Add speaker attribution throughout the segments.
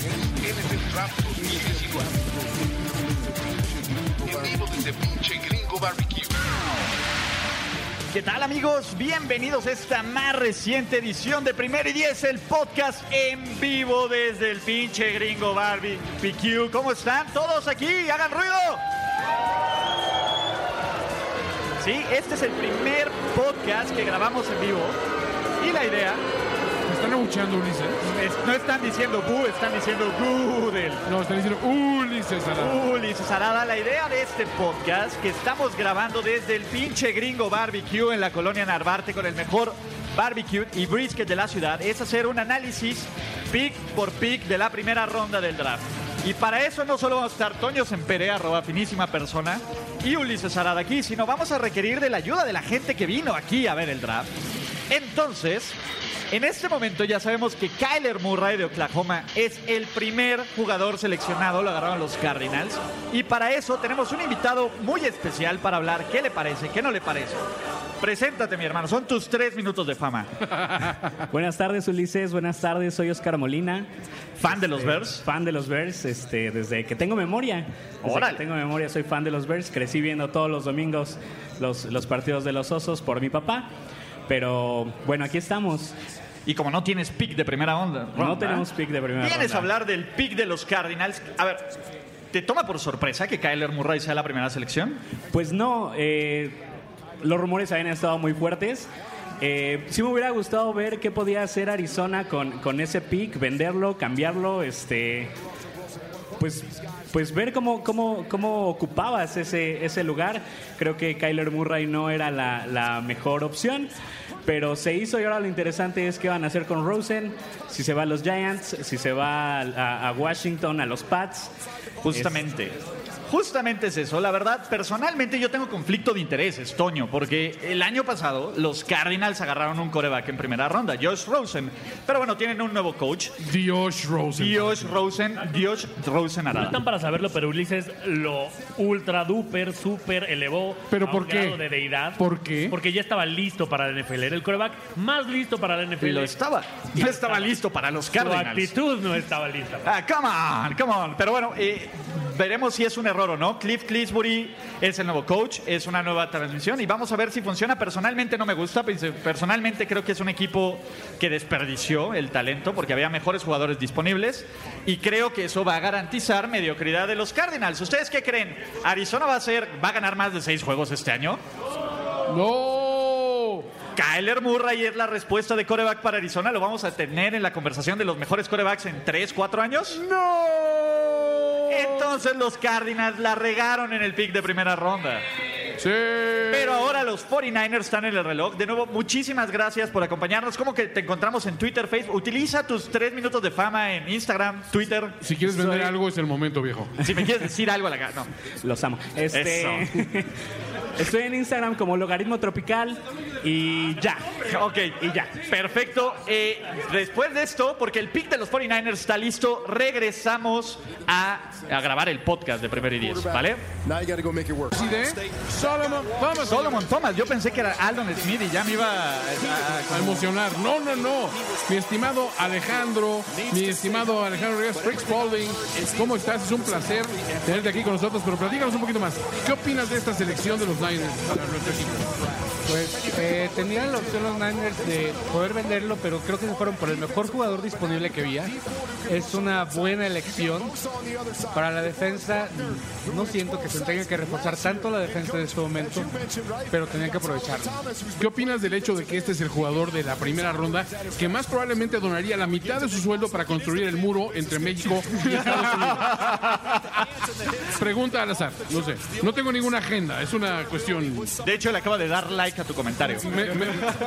Speaker 1: diez, eres el rap 2019. En vivo desde pinche gringo barbecue.
Speaker 2: ¿Qué tal amigos? Bienvenidos a esta más reciente edición de Primero y Diez, el podcast en vivo desde el pinche gringo Barbie PQ. ¿Cómo están todos aquí? ¡Hagan ruido! Sí, este es el primer podcast que grabamos en vivo. Y la idea,
Speaker 3: ¿Me están abucheando Ulises?
Speaker 2: es- no están diciendo bu, están diciendo Google.
Speaker 3: No, están diciendo Ulises a la...
Speaker 2: Ulises Arada, la idea de este podcast que estamos grabando desde el pinche gringo barbecue en la colonia Narvarte con el mejor barbecue y brisket de la ciudad es hacer un análisis pick por pick de la primera ronda del draft. Y para eso no solo vamos a estar Toño Sempere, arroba finísima persona, y Ulises Arada aquí, sino vamos a requerir de la ayuda de la gente que vino aquí a ver el draft. Entonces, en este momento ya sabemos que Kyler Murray de Oklahoma es el primer jugador seleccionado, lo agarraron los Cardinals. Y para eso tenemos un invitado muy especial para hablar qué le parece, qué no le parece. Preséntate, mi hermano, son tus tres minutos de fama.
Speaker 4: Buenas tardes, Ulises. Buenas tardes, soy Oscar Molina. Este,
Speaker 2: Fan de los Bears.
Speaker 4: Fan de los Bears, este, desde que tengo memoria. Desde
Speaker 2: Órale.
Speaker 4: que tengo memoria, soy fan de los Bears. Crecí viendo todos los domingos los, los partidos de los osos por mi papá. Pero bueno, aquí estamos.
Speaker 2: Y como no tienes pick de primera onda, ¿eh?
Speaker 4: No tenemos pick de primera
Speaker 2: Vienes
Speaker 4: ronda.
Speaker 2: a hablar del pick de los Cardinals. A ver, ¿te toma por sorpresa que Kyler Murray sea la primera selección?
Speaker 4: Pues no, eh, los rumores habían estado muy fuertes. Eh, sí me hubiera gustado ver qué podía hacer Arizona con, con ese pick, venderlo, cambiarlo, este, pues, pues ver cómo, cómo, cómo ocupabas ese, ese lugar. Creo que Kyler Murray no era la, la mejor opción, pero se hizo y ahora lo interesante es qué van a hacer con Rosen, si se va a los Giants, si se va a, a Washington, a los Pats.
Speaker 2: Justamente. Justamente es eso. La verdad, personalmente yo tengo conflicto de intereses, Toño, porque el año pasado los Cardinals agarraron un coreback en primera ronda, Josh Rosen. Pero bueno, tienen un nuevo coach,
Speaker 3: Dios Rosen.
Speaker 2: Josh Rosen, Josh Rosen
Speaker 5: No
Speaker 2: Arada.
Speaker 5: están para saberlo, pero Ulises lo ultra duper, super elevó
Speaker 3: ¿Pero
Speaker 5: a
Speaker 3: por
Speaker 5: un
Speaker 3: qué?
Speaker 5: grado de deidad.
Speaker 3: ¿Por qué?
Speaker 5: Porque ya estaba listo para la NFL. Era el coreback más listo para la NFL.
Speaker 2: Lo estaba. No estaba listo para los
Speaker 5: Su
Speaker 2: Cardinals.
Speaker 5: actitud no estaba lista.
Speaker 2: Ah, come on, come on. Pero bueno, eh, veremos si es un error o no. Cliff Clisbury es el nuevo coach, es una nueva transmisión y vamos a ver si funciona. Personalmente no me gusta, pens- personalmente creo que es un equipo que desperdició el talento porque había mejores jugadores disponibles y creo que eso va a garantizar mediocridad de los Cardinals. ¿Ustedes qué creen? ¿Arizona va a, ser, va a ganar más de seis juegos este año?
Speaker 3: ¡No!
Speaker 2: Kyler Murray es la respuesta de coreback para Arizona. ¿Lo vamos a tener en la conversación de los mejores corebacks en 3, 4 años? ¡No! Entonces los Cardinals la regaron en el pick de primera ronda.
Speaker 3: ¡Sí!
Speaker 2: Pero ahora los 49ers están en el reloj. De nuevo, muchísimas gracias por acompañarnos. ¿Cómo que te encontramos en Twitter, Facebook? Utiliza tus 3 minutos de fama en Instagram, Twitter.
Speaker 3: Si quieres vender
Speaker 4: Soy-
Speaker 3: algo, es el momento, viejo.
Speaker 2: Si me quieres decir algo a la cara. No.
Speaker 4: Los amo. Este, estoy en Instagram como Logaritmo Tropical y ya.
Speaker 2: Ok, y ya. Perfecto. Eh, después de esto, porque el pick de los 49ers está listo, regresamos a, a grabar el podcast de Primero y Diez, ¿vale?
Speaker 6: Now you got to go make it work.
Speaker 3: Sí, de Solomon Thomas.
Speaker 2: Solomon Thomas, yo pensé que era Aldon Smith y ya me iba a- a- a-
Speaker 3: A emocionar. No, no, no. Mi estimado Alejandro, mi estimado Alejandro Rivas, Frick Spalding, ¿cómo estás? Es un placer tenerte aquí con nosotros, pero platícanos un poquito más. ¿Qué opinas de esta selección de los Niners para nuestro equipo?
Speaker 7: Pues eh, tenían la opción los Niners de poder venderlo, pero creo que se fueron por el mejor jugador disponible que había. Es una buena elección. Para la defensa, no siento que se tenga que reforzar tanto la defensa en este momento, pero tenían que aprovecharlo.
Speaker 3: ¿Qué opinas del hecho de que este es el jugador de la primera ronda que más probablemente donaría la mitad de su sueldo para construir el muro entre México y Estados Unidos? Pregunta al azar, no sé. No tengo ninguna agenda, es una cuestión.
Speaker 2: De hecho, le acabo de dar like a tu comentario.
Speaker 3: Me- me-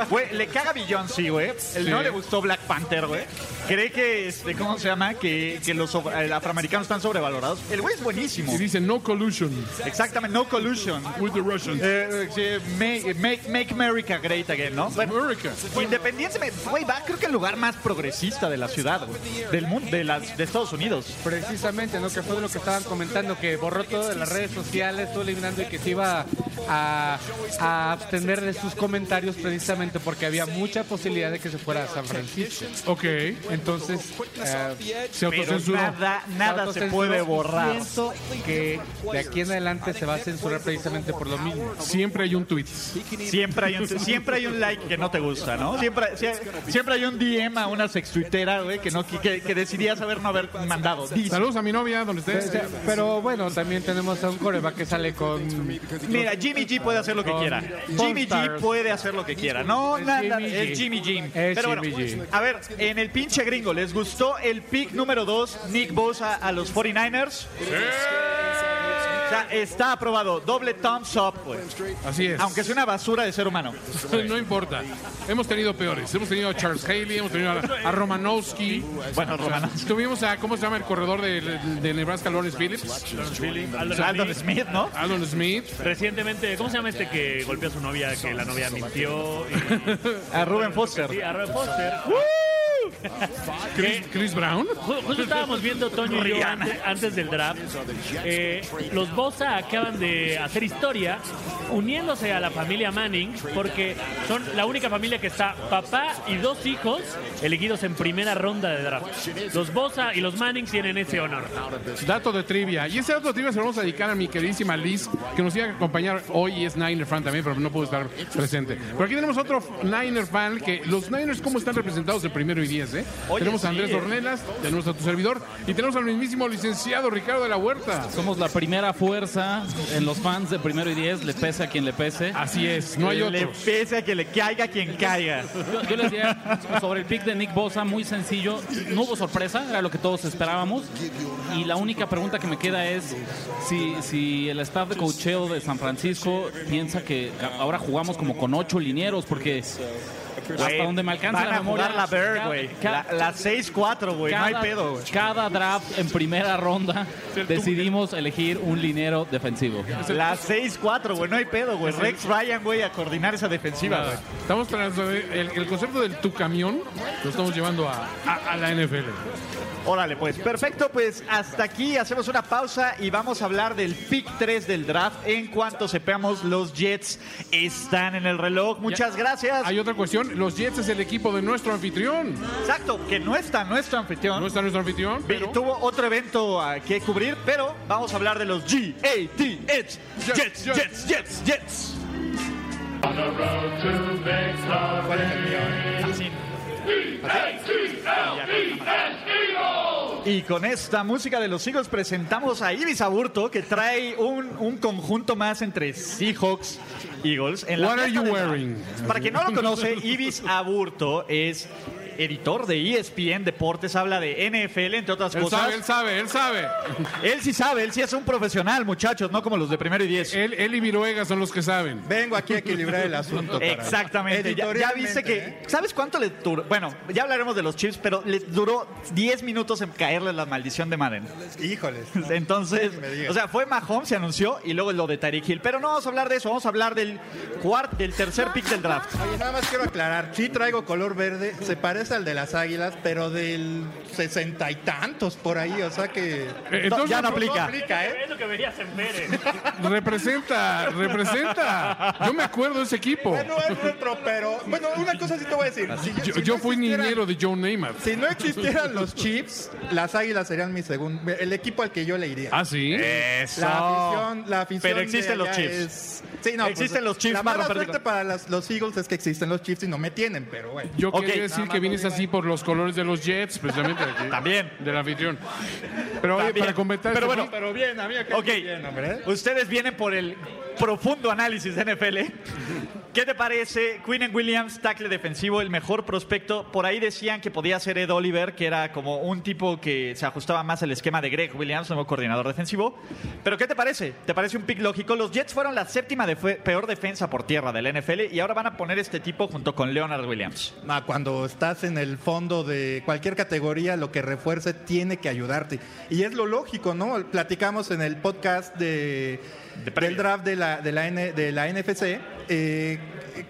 Speaker 2: Güey, le caga Beyoncé, güey. Él No
Speaker 3: Sí.
Speaker 2: le gustó Black Panther, güey. Cree que, este, ¿cómo se llama? Que, que los sobre- eh, afroamericanos están sobrevalorados. El güey es buenísimo.
Speaker 3: y dice no collusion
Speaker 2: Exactamente, no collusion.
Speaker 3: with the Russians.
Speaker 2: Eh, eh, sí, make, make- make America great again, ¿no? Bueno,
Speaker 3: America.
Speaker 2: Independientemente, güey, va creo que el lugar más progresista de la ciudad, güey. Del mundo, de, las, de Estados Unidos.
Speaker 7: Precisamente, ¿no? Que fue de lo que estaban comentando, que borró todo de las redes sociales, todo eliminando y que se iba a, a abstener de sus comentarios precisamente porque había mucha posibilidad de que se fuera a San Francisco.
Speaker 3: Ok.
Speaker 7: Entonces, eh,
Speaker 3: Se
Speaker 2: Pero
Speaker 3: autocensuró.
Speaker 2: nada, nada se puede borrar.
Speaker 7: Siento que de aquí en adelante se va a censurar precisamente por lo mismo.
Speaker 3: Siempre hay un tweet.
Speaker 2: Siempre hay, un, siempre hay un like que no te gusta, ¿no? Siempre, sie- siempre hay un DM a una sextuitera, güey, que, no, que, que decidías haber no haber mandado. Dice,
Speaker 3: Saludos a mi novia, donde
Speaker 7: O sea,
Speaker 3: estés.
Speaker 7: Pero bueno, también tenemos a un coreback que sale con...
Speaker 2: Mira, Jimmy G puede hacer lo que quiera. Jimmy G puede hacer lo que quiera. No,
Speaker 7: Es
Speaker 2: nada,
Speaker 7: Jimmy
Speaker 2: es
Speaker 7: G.
Speaker 2: Jimmy G.
Speaker 7: Es
Speaker 2: Pero bueno,
Speaker 7: Jimmy G.
Speaker 2: a ver, en el pinche gringo, ¿les gustó el pick número 2, Nick Bosa a los 49ers? O sea, está aprobado. Doble thumbs up, güey.
Speaker 3: Así es.
Speaker 2: Aunque es una basura de ser humano.
Speaker 3: No importa. Hemos tenido peores. Hemos tenido a Charles Haley, hemos tenido a, a Romanowski.
Speaker 2: Bueno, Romano.
Speaker 3: Tuvimos a, ¿cómo se llama el corredor de, de Nebraska, Lawrence Phillips?
Speaker 5: Aldon
Speaker 2: Aldon
Speaker 5: Smith.
Speaker 2: Smith, ¿no?
Speaker 3: Alan Smith.
Speaker 5: Recientemente, ¿cómo se llama este que golpeó a su novia, que la novia mintió? y-
Speaker 2: A Ruben Foster.
Speaker 5: Sí, a Rob Foster.
Speaker 3: Chris, Chris Brown.
Speaker 5: Ju- Justo estábamos viendo, Toño y yo, antes, antes del draft. eh, los Bosa acaban de hacer historia uniéndose a la familia Manning porque son la única familia que está papá y dos hijos elegidos en primera ronda de draft. Los Bosa y los Manning tienen ese honor.
Speaker 3: Dato de trivia. Y ese dato de trivia se lo vamos a dedicar a mi queridísima Liz, que nos iba a acompañar hoy y es Niner fan también, pero no pudo estar presente. Pero aquí tenemos otro Niner fan, que los Niners cómo están representados de primero y diez, ¿eh? tenemos a Andrés Ornelas, tenemos a tu servidor, y tenemos al mismísimo licenciado Ricardo de la Huerta.
Speaker 6: Somos la primera fuerza en los fans de primero y diez, le pese a quien le pese.
Speaker 3: Así es, no hay
Speaker 2: Le
Speaker 3: otro.
Speaker 2: pese a que le caiga quien caiga.
Speaker 6: Yo, yo les diría sobre el pick de Nick Bosa, muy sencillo, no hubo sorpresa, era lo que todos esperábamos. Y la única pregunta que me queda es si, si el staff de coacheo de San Francisco piensa que ca- ahora jugamos como con ocho linieros, porque hasta donde me alcanza
Speaker 2: Van
Speaker 6: la
Speaker 2: a
Speaker 6: memoria.
Speaker 2: jugar la Bird,
Speaker 6: ca-
Speaker 2: güey.
Speaker 6: ca-
Speaker 2: La, la 6-4, güey. No hay pedo, güey.
Speaker 6: cada draft en primera ronda decidimos elegir un linero defensivo.
Speaker 2: La 6-4, güey. No hay pedo, güey. Rex Ryan, güey, a coordinar esa defensiva, güey.
Speaker 3: Estamos tras el, el concepto del tu camión, lo estamos llevando a, a- a la NFL.
Speaker 2: Órale, pues. Perfecto, pues hasta aquí hacemos una pausa y vamos a hablar del pick 3 del draft. En cuanto sepamos, los Jets están en el reloj. Muchas gracias.
Speaker 3: Hay otra cuestión, los Jets es el equipo de nuestro anfitrión.
Speaker 2: Exacto, que no está nuestro anfitrión.
Speaker 3: No está nuestro anfitrión,
Speaker 2: Vi-
Speaker 3: pero...
Speaker 2: Tuvo otro evento ah, que cubrir, pero vamos a hablar de los G-A-T-H. Jets, Jets, Jets, Jets. Así. Y con esta música de los Eagles presentamos a Ibis Aburto, que trae un, un conjunto más entre Seahawks Eagles. En la
Speaker 3: What are
Speaker 2: fiesta
Speaker 3: you
Speaker 2: de-
Speaker 3: wearing?
Speaker 2: Para quien no lo conoce, Ibis Aburto es editor de E ESPN Deportes, habla de NFL, entre otras
Speaker 3: Él
Speaker 2: cosas.
Speaker 3: sabe, él sabe, él sabe.
Speaker 2: Él sí sabe, él sí es un profesional, muchachos, no como los de primero y diez.
Speaker 3: Él, él y Viruega son los que saben.
Speaker 8: Vengo aquí a equilibrar el asunto. caray.
Speaker 2: Exactamente. Ya, ya viste que.
Speaker 8: Editorialmente, ¿eh?
Speaker 2: ¿Sabes cuánto le duró? Bueno, ya hablaremos de los chips, pero le duró 10 minutos en caerle la maldición de Madden.
Speaker 8: Híjoles.
Speaker 2: Entonces,
Speaker 8: me digas.
Speaker 2: o sea, fue Mahomes, se anunció, y luego lo de Tariq Hill. Pero no vamos a hablar de eso, vamos a hablar del cuarto, del tercer pick del draft.
Speaker 8: Oye, nada más quiero aclarar. Sí traigo color verde. Se parece al de las águilas, pero del sesenta y tantos por ahí. O sea que.
Speaker 3: Eh, Entonces,
Speaker 2: ya no
Speaker 3: repre-
Speaker 2: aplica.
Speaker 8: Aplica, ¿eh?
Speaker 5: Es lo que veías en Pérez.
Speaker 3: representa, representa. Yo me acuerdo de ese equipo.
Speaker 8: Bueno, es retro, pero. Bueno, una cosa sí te voy a decir. Si
Speaker 3: Yo,
Speaker 8: si
Speaker 3: yo
Speaker 8: no
Speaker 3: fui
Speaker 8: existiera-
Speaker 3: niñero de Joe Neymar.
Speaker 8: Si no existieran los chips, las águilas serían mi segundo. El equipo al que yo le iría.
Speaker 3: Ah, sí.
Speaker 8: La afición, la afición.
Speaker 2: Pero
Speaker 8: de
Speaker 2: existen los
Speaker 8: allá
Speaker 2: Chiefs.
Speaker 8: es- Sí, no, pues,
Speaker 2: Existen los Chiefs,
Speaker 8: La
Speaker 2: más
Speaker 8: mala
Speaker 2: romper-
Speaker 8: suerte para las- los Eagles es que existen los chips y no me tienen, pero bueno.
Speaker 3: Yo
Speaker 2: Ok.
Speaker 3: quería decir que vienes así por los colores de los Jets, precisamente. de aquí,
Speaker 2: También.
Speaker 3: Del anfitrión. Pero oye,
Speaker 2: También.
Speaker 3: para completar.
Speaker 2: Pero
Speaker 3: este
Speaker 2: bueno,
Speaker 8: Pero bien, a mí me cae
Speaker 2: Ok,
Speaker 8: bien, hombre. ¿eh?
Speaker 2: ustedes vienen por el profundo análisis de NFL. ¿Qué te parece? Queen and Williams, tackle defensivo, el mejor prospecto. Por ahí decían que podía ser Ed Oliver, que era como un tipo que se ajustaba más al esquema de Greg Williams, nuevo coordinador defensivo. Pero ¿qué te parece? ¿Te parece un pick lógico? Los Jets fueron la séptima de fe- peor defensa por tierra del NFL y ahora van a poner este tipo junto con Leonard Williams.
Speaker 8: Ah, cuando estás en el fondo de cualquier categoría, lo que refuerce tiene que ayudarte. Y es lo lógico, ¿no? Platicamos en el podcast de,
Speaker 2: De previa.
Speaker 8: del draft de la, de la, N- de la NFC, eh,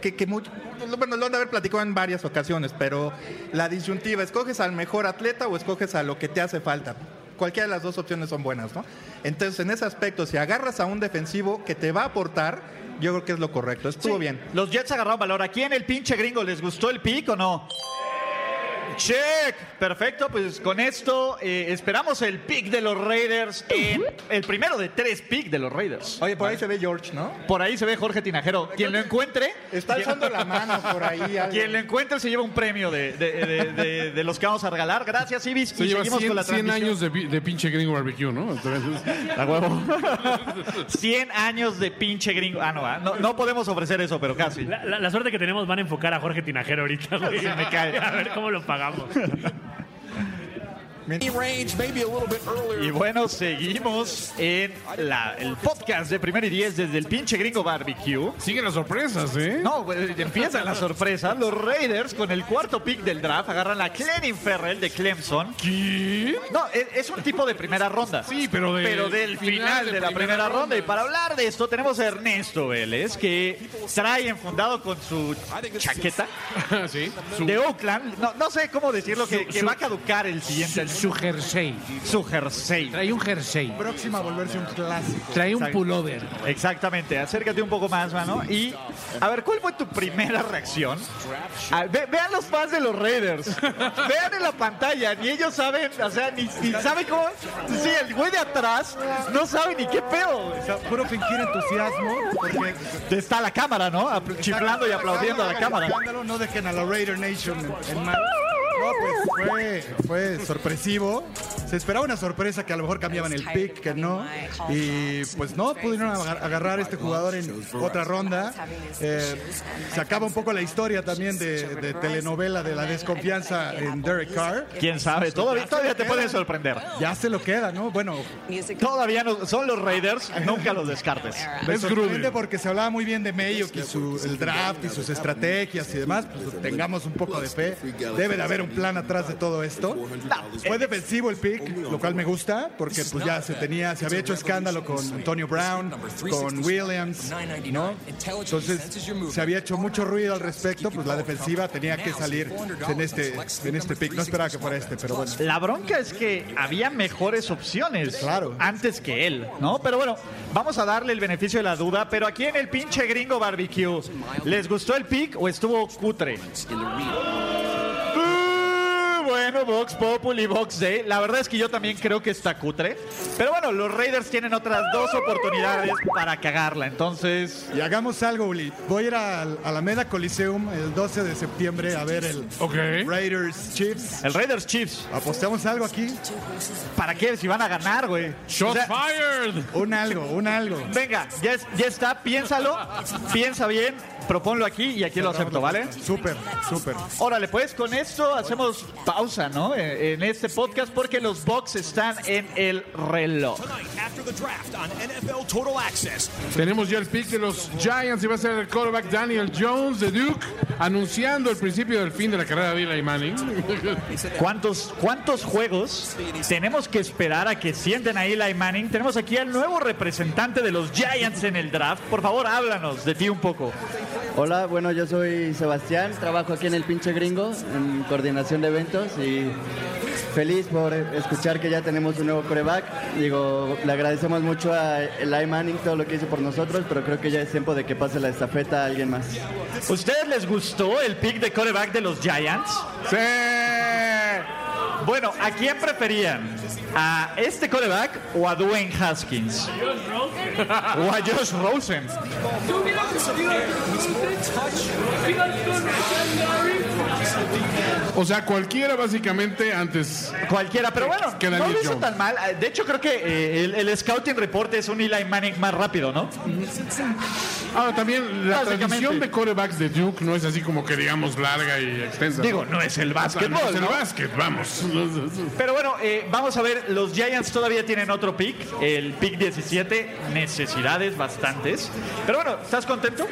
Speaker 8: que, que mucho- bueno, lo han de haber platicado en varias ocasiones, pero la disyuntiva, ¿escoges al mejor atleta o escoges a lo que te hace falta? Cualquiera de las dos opciones son buenas, ¿no? Entonces, en ese aspecto, si agarras a un defensivo que te va a aportar, yo creo que es lo correcto. Estuvo bien.
Speaker 2: Los Jets agarraron valor. ¿Aquí en el pinche gringo les gustó el pick o no? Check. Perfecto, pues con esto eh, esperamos el pick de los Raiders. en- el primero de tres pick de los Raiders.
Speaker 8: Oye, por ahí se ve George, ¿no?
Speaker 2: Por ahí se ve Jorge Tinajero. Quien lo encuentre.
Speaker 8: Está alzando la mano por ahí. algo.
Speaker 2: Quien lo encuentre se lleva un premio de, de- de- de- de los que vamos a regalar. Gracias, Ibis.
Speaker 3: Se
Speaker 2: y
Speaker 3: lleva
Speaker 2: seguimos con
Speaker 3: 100,
Speaker 2: la
Speaker 3: 100
Speaker 2: transmisión.
Speaker 3: años de, pi- de pinche gringo barbecue, ¿no? Entonces,
Speaker 2: 100 años de pinche gringo. Ah, no, ah, no, no podemos ofrecer eso, pero casi.
Speaker 5: La, la- la suerte que tenemos van a enfocar a Jorge Tinajero ahorita, güey.
Speaker 2: Se me cae.
Speaker 5: A ver cómo lo pagamos.
Speaker 2: Y bueno, seguimos en la- el podcast de Primer y Diez desde el pinche gringo barbecue.
Speaker 3: siguen las sorpresas, ¿eh?
Speaker 2: No, pues, empieza la sorpresa. Los Raiders con el cuarto pick del draft agarran a Clelin Ferrell de Clemson.
Speaker 3: ¿Qué?
Speaker 2: No, es, es un tipo de primera ronda.
Speaker 3: Sí, pero de-
Speaker 2: del final de, la primera ronda. Y para hablar de esto tenemos a Ernesto Vélez que trae enfundado con su chaqueta
Speaker 3: sí.
Speaker 2: de Oakland. No, no sé cómo decirlo, que, que va a caducar el siguiente. el-
Speaker 7: Su jersey.
Speaker 2: su jersey.
Speaker 7: Trae un jersey.
Speaker 8: Próxima a volverse un clásico.
Speaker 7: Trae un
Speaker 2: Exacto.
Speaker 7: pullover.
Speaker 2: Exactamente, acércate un poco más, mano. Y a ver, ¿cuál fue tu primera reacción? A- Ah, ve- vean los fans de los Raiders. Vean en la pantalla, ni ellos saben, o sea, ni, ni saben cómo. Sí, el güey de atrás no sabe ni qué pedo. O sea,
Speaker 8: Puro fingir entusiasmo porque
Speaker 2: Está la cámara, ¿no? Apl- Chiflando y aplaudiendo a la cámara.
Speaker 9: escándalo, no dejen a la Raider Nation en mal. No, pues fue, fue sorpresivo. Se esperaba una sorpresa que a lo mejor cambiaban el pick, que no. Y pues no, pudieron agar- agarrar a este jugador en otra ronda. Eh, se acaba un poco la historia también de, de telenovela de la desconfianza en Derek Carr.
Speaker 2: Quién sabe, todavía, todavía te pueden sorprender.
Speaker 9: Ya se lo queda, ¿no? Bueno,
Speaker 2: Todavía no, son los Raiders, nunca los descartes.
Speaker 9: Me
Speaker 3: Es
Speaker 9: sorprende
Speaker 3: Gruden.
Speaker 9: porque se hablaba muy bien de Mayo y su el draft y sus estrategias y demás. Pues tengamos un poco de fe. Debe de haber un plan atrás de todo esto. Fue defensivo el pick, lo cual me gusta porque pues ya se tenía, se había hecho escándalo con Antonio Brown, con Williams, ¿no? Entonces se había hecho mucho ruido al respecto, pues la defensiva tenía que salir en este en este pick. No esperaba que fuera este, pero bueno.
Speaker 2: La bronca es que había mejores opciones
Speaker 9: Claro.
Speaker 2: antes que él, ¿no? Pero bueno, vamos a darle el beneficio de la duda, pero aquí en el pinche gringo barbecue, ¿les gustó el pick o estuvo cutre? Uh, Bueno, Vox Populi, Vox Day. La verdad es que yo también creo que está cutre. Pero bueno, los Raiders tienen otras dos oportunidades para cagarla. Entonces,
Speaker 9: Y hagamos algo, Uli. Voy a ir al Alameda Coliseum el 12 de septiembre a ver el
Speaker 3: Ok.
Speaker 9: Raiders Chiefs.
Speaker 2: el Raiders Chiefs,
Speaker 9: ¿Apostamos algo aquí?
Speaker 2: ¿para qué? Si van a ganar, güey.
Speaker 3: Shots
Speaker 2: O sea,
Speaker 3: fired.
Speaker 9: Un algo, un algo.
Speaker 2: Venga, ya, es- ya está, piénsalo, piensa bien, proponlo aquí y aquí lo acepto, ¿vale?
Speaker 9: Súper, súper.
Speaker 2: Órale, pues con esto hacemos pausa, ¿no? Eh, En este podcast porque los box están en el reloj.
Speaker 3: Tenemos ya el pick de los Giants y va a ser el quarterback Daniel Jones de Duke, anunciando el principio del fin de la carrera de Eli Manning.
Speaker 2: ¿Cuántos, ¿Cuántos juegos tenemos que esperar a que sienten a Eli Manning? Tenemos aquí al nuevo representante de los Giants en el draft. Por favor, háblanos de ti un poco.
Speaker 10: Hola, bueno, yo soy Sebastián, trabajo aquí en el pinche gringo, en coordinación de eventos y feliz por escuchar que ya tenemos un nuevo coreback. Digo, le agradecemos mucho a Eli Manning todo lo que hizo por nosotros, pero creo que ya es tiempo de que pase la estafeta a alguien más.
Speaker 2: ¿Ustedes les gustó el pick de coreback de los Giants?
Speaker 3: ¡Sí!
Speaker 2: Bueno, ¿a quién preferían? ¿A este coreback o a Dwayne Haskins? ¿O a Josh Rosen?
Speaker 3: O sea, cualquiera básicamente antes.
Speaker 2: Cualquiera, pero bueno,
Speaker 3: Que
Speaker 2: no
Speaker 3: Daniel
Speaker 2: lo hizo
Speaker 3: Jones.
Speaker 2: tan mal. De hecho, creo que eh, el, el scouting report es un Eli Manning más rápido, ¿no?
Speaker 3: Ahora, Ah, también la
Speaker 2: Básicamente.
Speaker 3: tradición de corebacks de Duke no es así como que digamos larga y extensa.
Speaker 2: Digo, no es el básquetbol,
Speaker 3: No es el
Speaker 2: ¿no?
Speaker 3: básquet, vamos.
Speaker 2: Pero bueno, eh, vamos a ver, los Giants todavía tienen otro pick, el pick 17, necesidades bastantes. Pero bueno, ¿estás contento?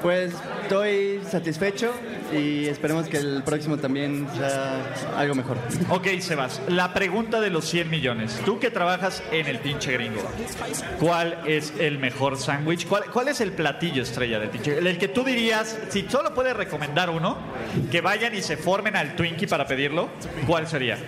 Speaker 10: Pues estoy satisfecho y esperemos que el próximo también sea algo mejor.
Speaker 2: Ok, Sebas, la pregunta de los 100 millones. Tú que trabajas en el pinche gringo, ¿cuál es el mejor sándwich? ¿Cuál, cuál es el platillo estrella del pinche gringo? El que tú dirías, si solo puedes recomendar uno, que vayan y se formen al Twinkie para pedirlo, ¿cuál sería?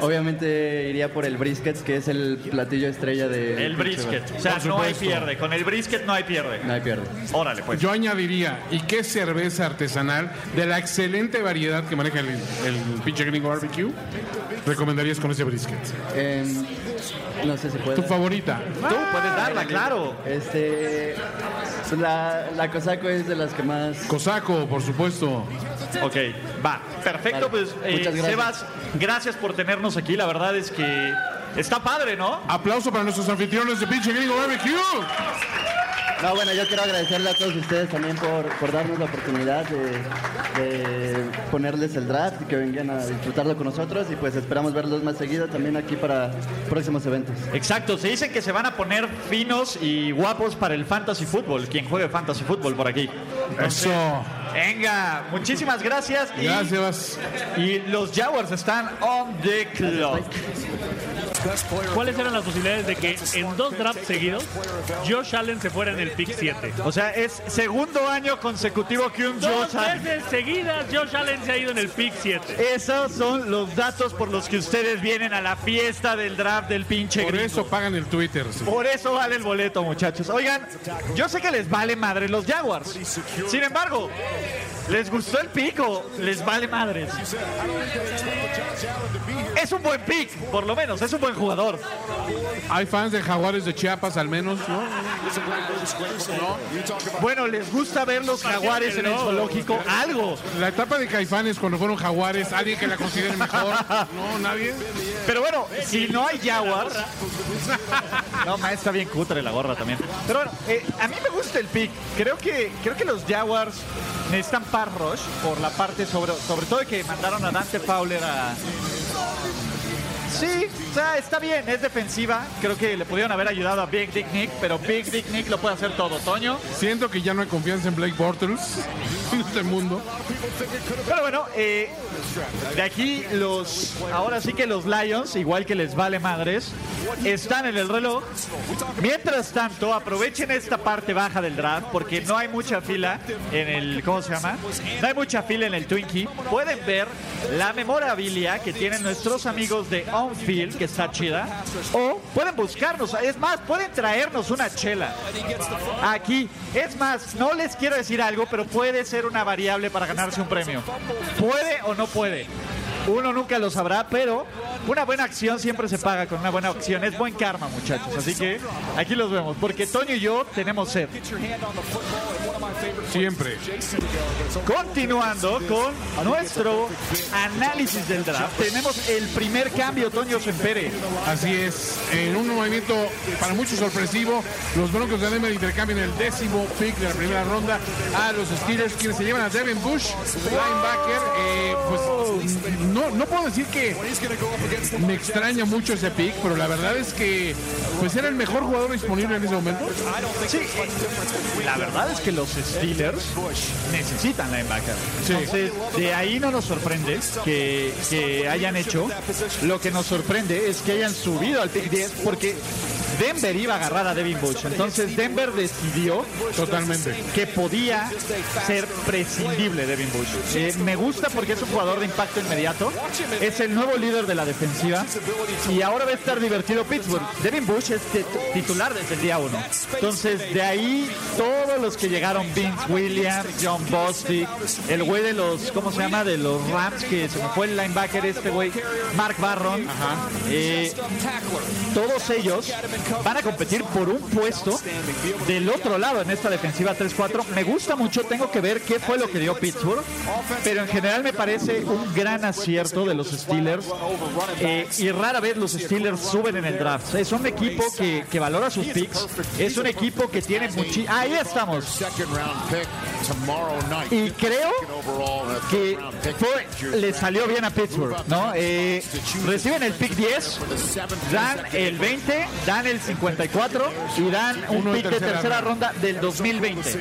Speaker 10: Obviamente iría por el brisket, que es el platillo estrella de...
Speaker 2: El brisket. O sea,
Speaker 3: Por
Speaker 2: no hay
Speaker 3: supuesto.
Speaker 2: pierde. Con el brisket no hay pierde.
Speaker 10: Nadie pierde.
Speaker 2: Órale, pues.
Speaker 3: Yo añadiría, ¿y qué cerveza artesanal de la excelente variedad que maneja el, el pinche gringo barbecue recomendarías con ese brisket?
Speaker 10: Em, no sé si puedo.
Speaker 3: Tu favorita.
Speaker 2: Tú puedes darla, claro.
Speaker 10: Ah, Este. pues La, la Cosaco es de las que más.
Speaker 3: Cosaco, por supuesto.
Speaker 2: Ok, va. Perfecto,
Speaker 10: Vale.
Speaker 2: pues eh,
Speaker 10: Muchas gracias.
Speaker 2: Sebas, gracias por tenernos aquí. La verdad es que está padre, ¿no?
Speaker 3: Aplauso para nuestros anfitriones de pinche gringo barbecue.
Speaker 10: No, bueno, yo quiero agradecerle a todos ustedes también por, por darnos la oportunidad de, de ponerles el draft y que vengan a disfrutarlo con nosotros. Y pues esperamos verlos más seguido también aquí para próximos eventos.
Speaker 2: Exacto, se dicen que se van a poner finos y guapos para el fantasy fútbol, quien juegue fantasy fútbol por aquí. Entonces,
Speaker 3: Eso.
Speaker 2: Venga, muchísimas gracias. y-
Speaker 3: Gracias.
Speaker 2: Y los Jaguars están on the clock.
Speaker 5: ¿Cuáles eran las posibilidades de que en dos drafts seguidos Josh Allen se fuera en el pick 7?
Speaker 2: O sea, es segundo año consecutivo que un
Speaker 5: Dos
Speaker 2: Josh Allen-
Speaker 5: veces seguidas Josh Allen se ha ido en el pick 7.
Speaker 2: Esos son los datos por los que ustedes vienen a la fiesta del draft del pinche
Speaker 3: Por
Speaker 2: gringo.
Speaker 3: eso pagan el Twitter. sí.
Speaker 2: Por eso vale el boleto, muchachos. Oigan, yo sé que les vale madre los Jaguars. Sin embargo, ¿les gustó el pico? Les vale madres. Es un buen pick, por lo menos, es un buen jugador.
Speaker 3: Hay fans de Jaguares de Chiapas al menos, ¿no?
Speaker 2: Bueno, les gusta ver los jaguares en el zoológico algo.
Speaker 3: La etapa de Caifanes cuando fueron Jaguares, alguien que la considere mejor. No, nadie.
Speaker 2: Pero bueno, si no hay Jaguars. No, ma, está bien cutre la gorra también. Pero bueno, eh, a mí me gusta el pick. Creo que, creo que los Jaguars necesitan par rush por la parte sobre, sobre todo de que mandaron a Dante Fowler a. Sí, o sea, está bien, es defensiva. Creo que le pudieron haber ayudado a Big Dick Nick, pero Big Dick Nick lo puede hacer todo, Toño.
Speaker 3: Siento que ya no hay confianza en Blake Bortles en este mundo.
Speaker 2: Pero bueno, eh, de aquí los, ahora sí que los Lions, igual que les vale madres, están en el reloj. Mientras tanto, aprovechen esta parte baja del draft porque no hay mucha fila en el, ¿cómo se llama? No hay mucha fila en el Twinkie. Pueden ver la memorabilia que tienen nuestros amigos de Onfield, que está chida. O pueden buscarnos, es más, pueden traernos una chela. Aquí, es más, no les quiero decir algo, pero puede ser una variable para ganarse un premio. Puede o no puede. Uno nunca lo sabrá, pero una buena acción siempre se paga con una buena acción. Es buen karma, muchachos. Así que aquí los vemos, porque Toño y yo tenemos sed.
Speaker 3: Siempre.
Speaker 2: Continuando con nuestro análisis del draft, tenemos el primer cambio, Toño Sempere.
Speaker 3: Así es. En un movimiento para muchos sorpresivo, los Broncos de Denver intercambian el décimo pick de la primera ronda a los Steelers, quienes se llevan a Devin Bush, linebacker. Eh, pues no, no puedo decir que me extraña mucho ese pick, pero la verdad es que pues era el mejor jugador disponible en ese momento.
Speaker 2: Sí, eh, la verdad es que los Steelers necesitan linebacker. Entonces, de ahí no nos sorprende que, que hayan hecho. Lo que nos sorprende es que hayan subido al pick 10 porque Denver iba a agarrar a Devin Bush. Entonces, Denver decidió
Speaker 3: Totalmente.
Speaker 2: que podía ser prescindible Devin Bush. Eh, me gusta porque es un jugador de impacto inmediato, es el nuevo líder de la defensiva y ahora va a estar divertido Pittsburgh. Devin Bush es tit- titular desde el día uno. Entonces, de ahí todos los que llegaron, Vince Williams, John Bostic, el güey de los, ¿cómo se llama? De los Rams, que se me fue el linebacker este güey, Mark Barron. Eh, todos ellos van a competir por un puesto del otro lado en esta defensiva 3-4. Me gusta mucho, tengo que ver qué fue lo que dio Pittsburgh, pero en general me parece un gran acierto de los Steelers eh, y rara vez los Steelers suben en el draft. Es un equipo que, que valora sus picks, es un equipo que tiene muchi... Ahí estamos. Y creo que fue- le salió bien a Pittsburgh, ¿no? Eh, reciben el pick 10, dan el 20, dan el 54 y dan un
Speaker 3: Uno de
Speaker 2: pick de
Speaker 3: tercera
Speaker 2: tercera
Speaker 3: ronda.
Speaker 2: ronda del 2020.